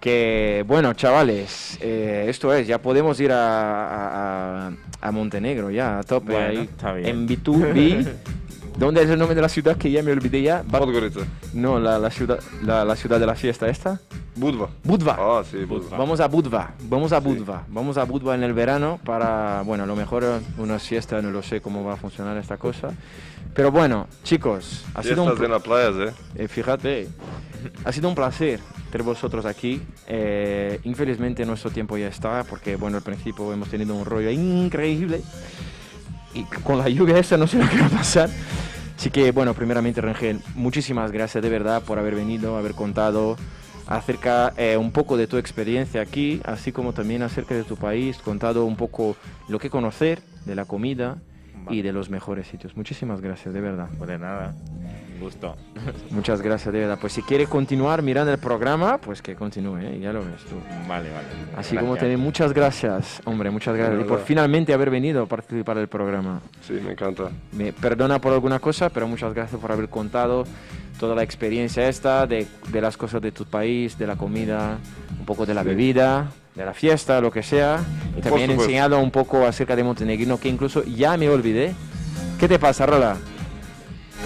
Speaker 1: Que bueno, chavales, eh, esto es, ya podemos ir a, a- a- a Montenegro, ya a tope
Speaker 6: Bueno,
Speaker 1: ahí.
Speaker 6: está bien.
Speaker 1: En B2B. ¿Dónde es el nombre de la ciudad que ya me olvidé ya? Ba-
Speaker 3: Podgorica.
Speaker 1: no, la, la ciudad, la, la ciudad de la fiesta esta.
Speaker 3: Budva.
Speaker 1: Budva.
Speaker 3: Ah, sí, Budva.
Speaker 1: Vamos a Budva, vamos a Budva, vamos a Budva en el verano para, bueno, a lo mejor eh, una siesta, no lo sé cómo va a funcionar esta cosa. Pero bueno, chicos, ha sido un...
Speaker 3: Fiestas en la playa, ¿eh?
Speaker 1: Eh, fíjate, ha sido un placer tener vosotros aquí. Eh, infelizmente nuestro tiempo ya está, porque bueno, al principio hemos tenido un rollo increíble. Y con la lluvia esa no sé lo que va a pasar. Así que bueno, primeramente Rangel, muchísimas gracias de verdad por haber venido, haber contado acerca eh, un poco de tu experiencia aquí, así como también acerca de tu país, contado un poco lo que conocer de la comida y de los mejores sitios. Muchísimas gracias, de verdad.
Speaker 6: Pues de nada. Un gusto.
Speaker 1: Muchas gracias, de verdad. Pues si quiere continuar mirando el programa, pues que continúe, ¿eh? ya lo ves tú.
Speaker 6: Vale, vale.
Speaker 1: Así como
Speaker 6: Gracias.
Speaker 1: tenéis muchas gracias, hombre, muchas gracias. Y por
Speaker 3: nada.
Speaker 1: finalmente haber venido a participar del programa.
Speaker 3: Sí, me encanta.
Speaker 1: Me perdona por alguna cosa, pero muchas gracias por haber contado toda la experiencia esta de, de las cosas de tu país, de la comida, un poco de la
Speaker 3: Sí.
Speaker 1: bebida, de la fiesta, lo que sea. Y
Speaker 3: Por
Speaker 1: también
Speaker 3: supuesto.
Speaker 1: enseñado un poco acerca de Montenegrino, que incluso ya me olvidé. ¿Qué te pasa, Rola?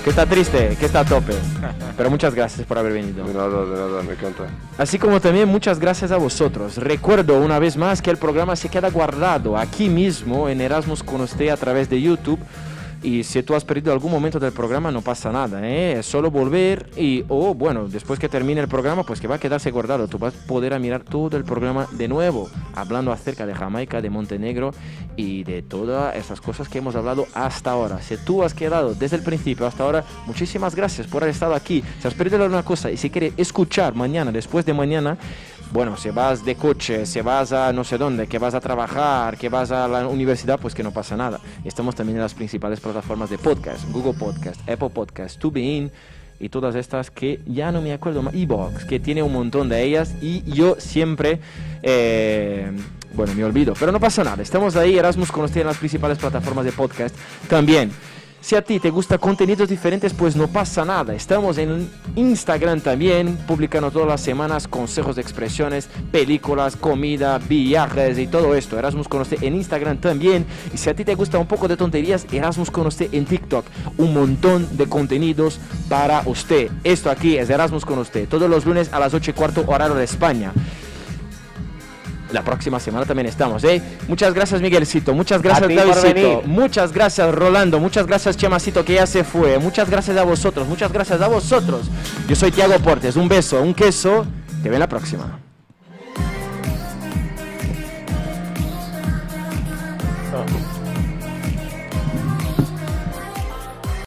Speaker 1: Que está triste, que está a tope. Pero muchas gracias por haber venido.
Speaker 3: De nada, de nada, me encanta.
Speaker 1: Así como también muchas gracias a vosotros. Recuerdo una vez más que el programa se queda guardado aquí mismo en Erasmus con usted a través de YouTube. Y si tú has perdido algún momento del programa no pasa nada, ¿eh? Es solo volver y, o bueno, después que termine el programa pues que va a quedarse guardado. Tú vas a poder a mirar todo el programa de nuevo, hablando acerca de Jamaica, de Montenegro y de todas estas cosas que hemos hablado hasta ahora. Si tú has quedado desde el principio hasta ahora, muchísimas gracias por haber estado aquí. Si has perdido alguna cosa y si quieres escuchar mañana, después de mañana, bueno, si vas de coche, si vas a no sé dónde, que vas a trabajar, que vas a la universidad, pues que no pasa nada. Estamos también en las principales plataformas de podcast, Google Podcast, Apple Podcast, TubeIn y todas estas que ya no me acuerdo más, Ebox, que tiene un montón de ellas y yo siempre, eh, bueno, me olvido, pero no pasa nada, estamos ahí, Erasmus con usted en las principales plataformas de podcast también. Si a ti te gusta contenidos diferentes, pues no pasa nada. Estamos en Instagram también, publicando todas las semanas consejos de expresiones, películas, comida, viajes y todo esto. Erasmus Conoce en Instagram también. Y si a ti te gusta un poco de tonterías, Erasmus Conoce en TikTok. Un montón de contenidos para usted. Esto aquí es Erasmus con usted. Todos los lunes a las 8 y cuarto horario de España. La próxima semana también estamos, ¿eh? Muchas gracias, Miguelcito. Muchas gracias,
Speaker 2: ti por
Speaker 1: Davidcito.
Speaker 2: venir.
Speaker 1: Muchas gracias, Rolando. Muchas gracias, Chemacito, que ya se fue. Muchas gracias a vosotros. Muchas gracias a vosotros. Yo soy Tiago Portes. Un beso, un queso. Te veo en la próxima.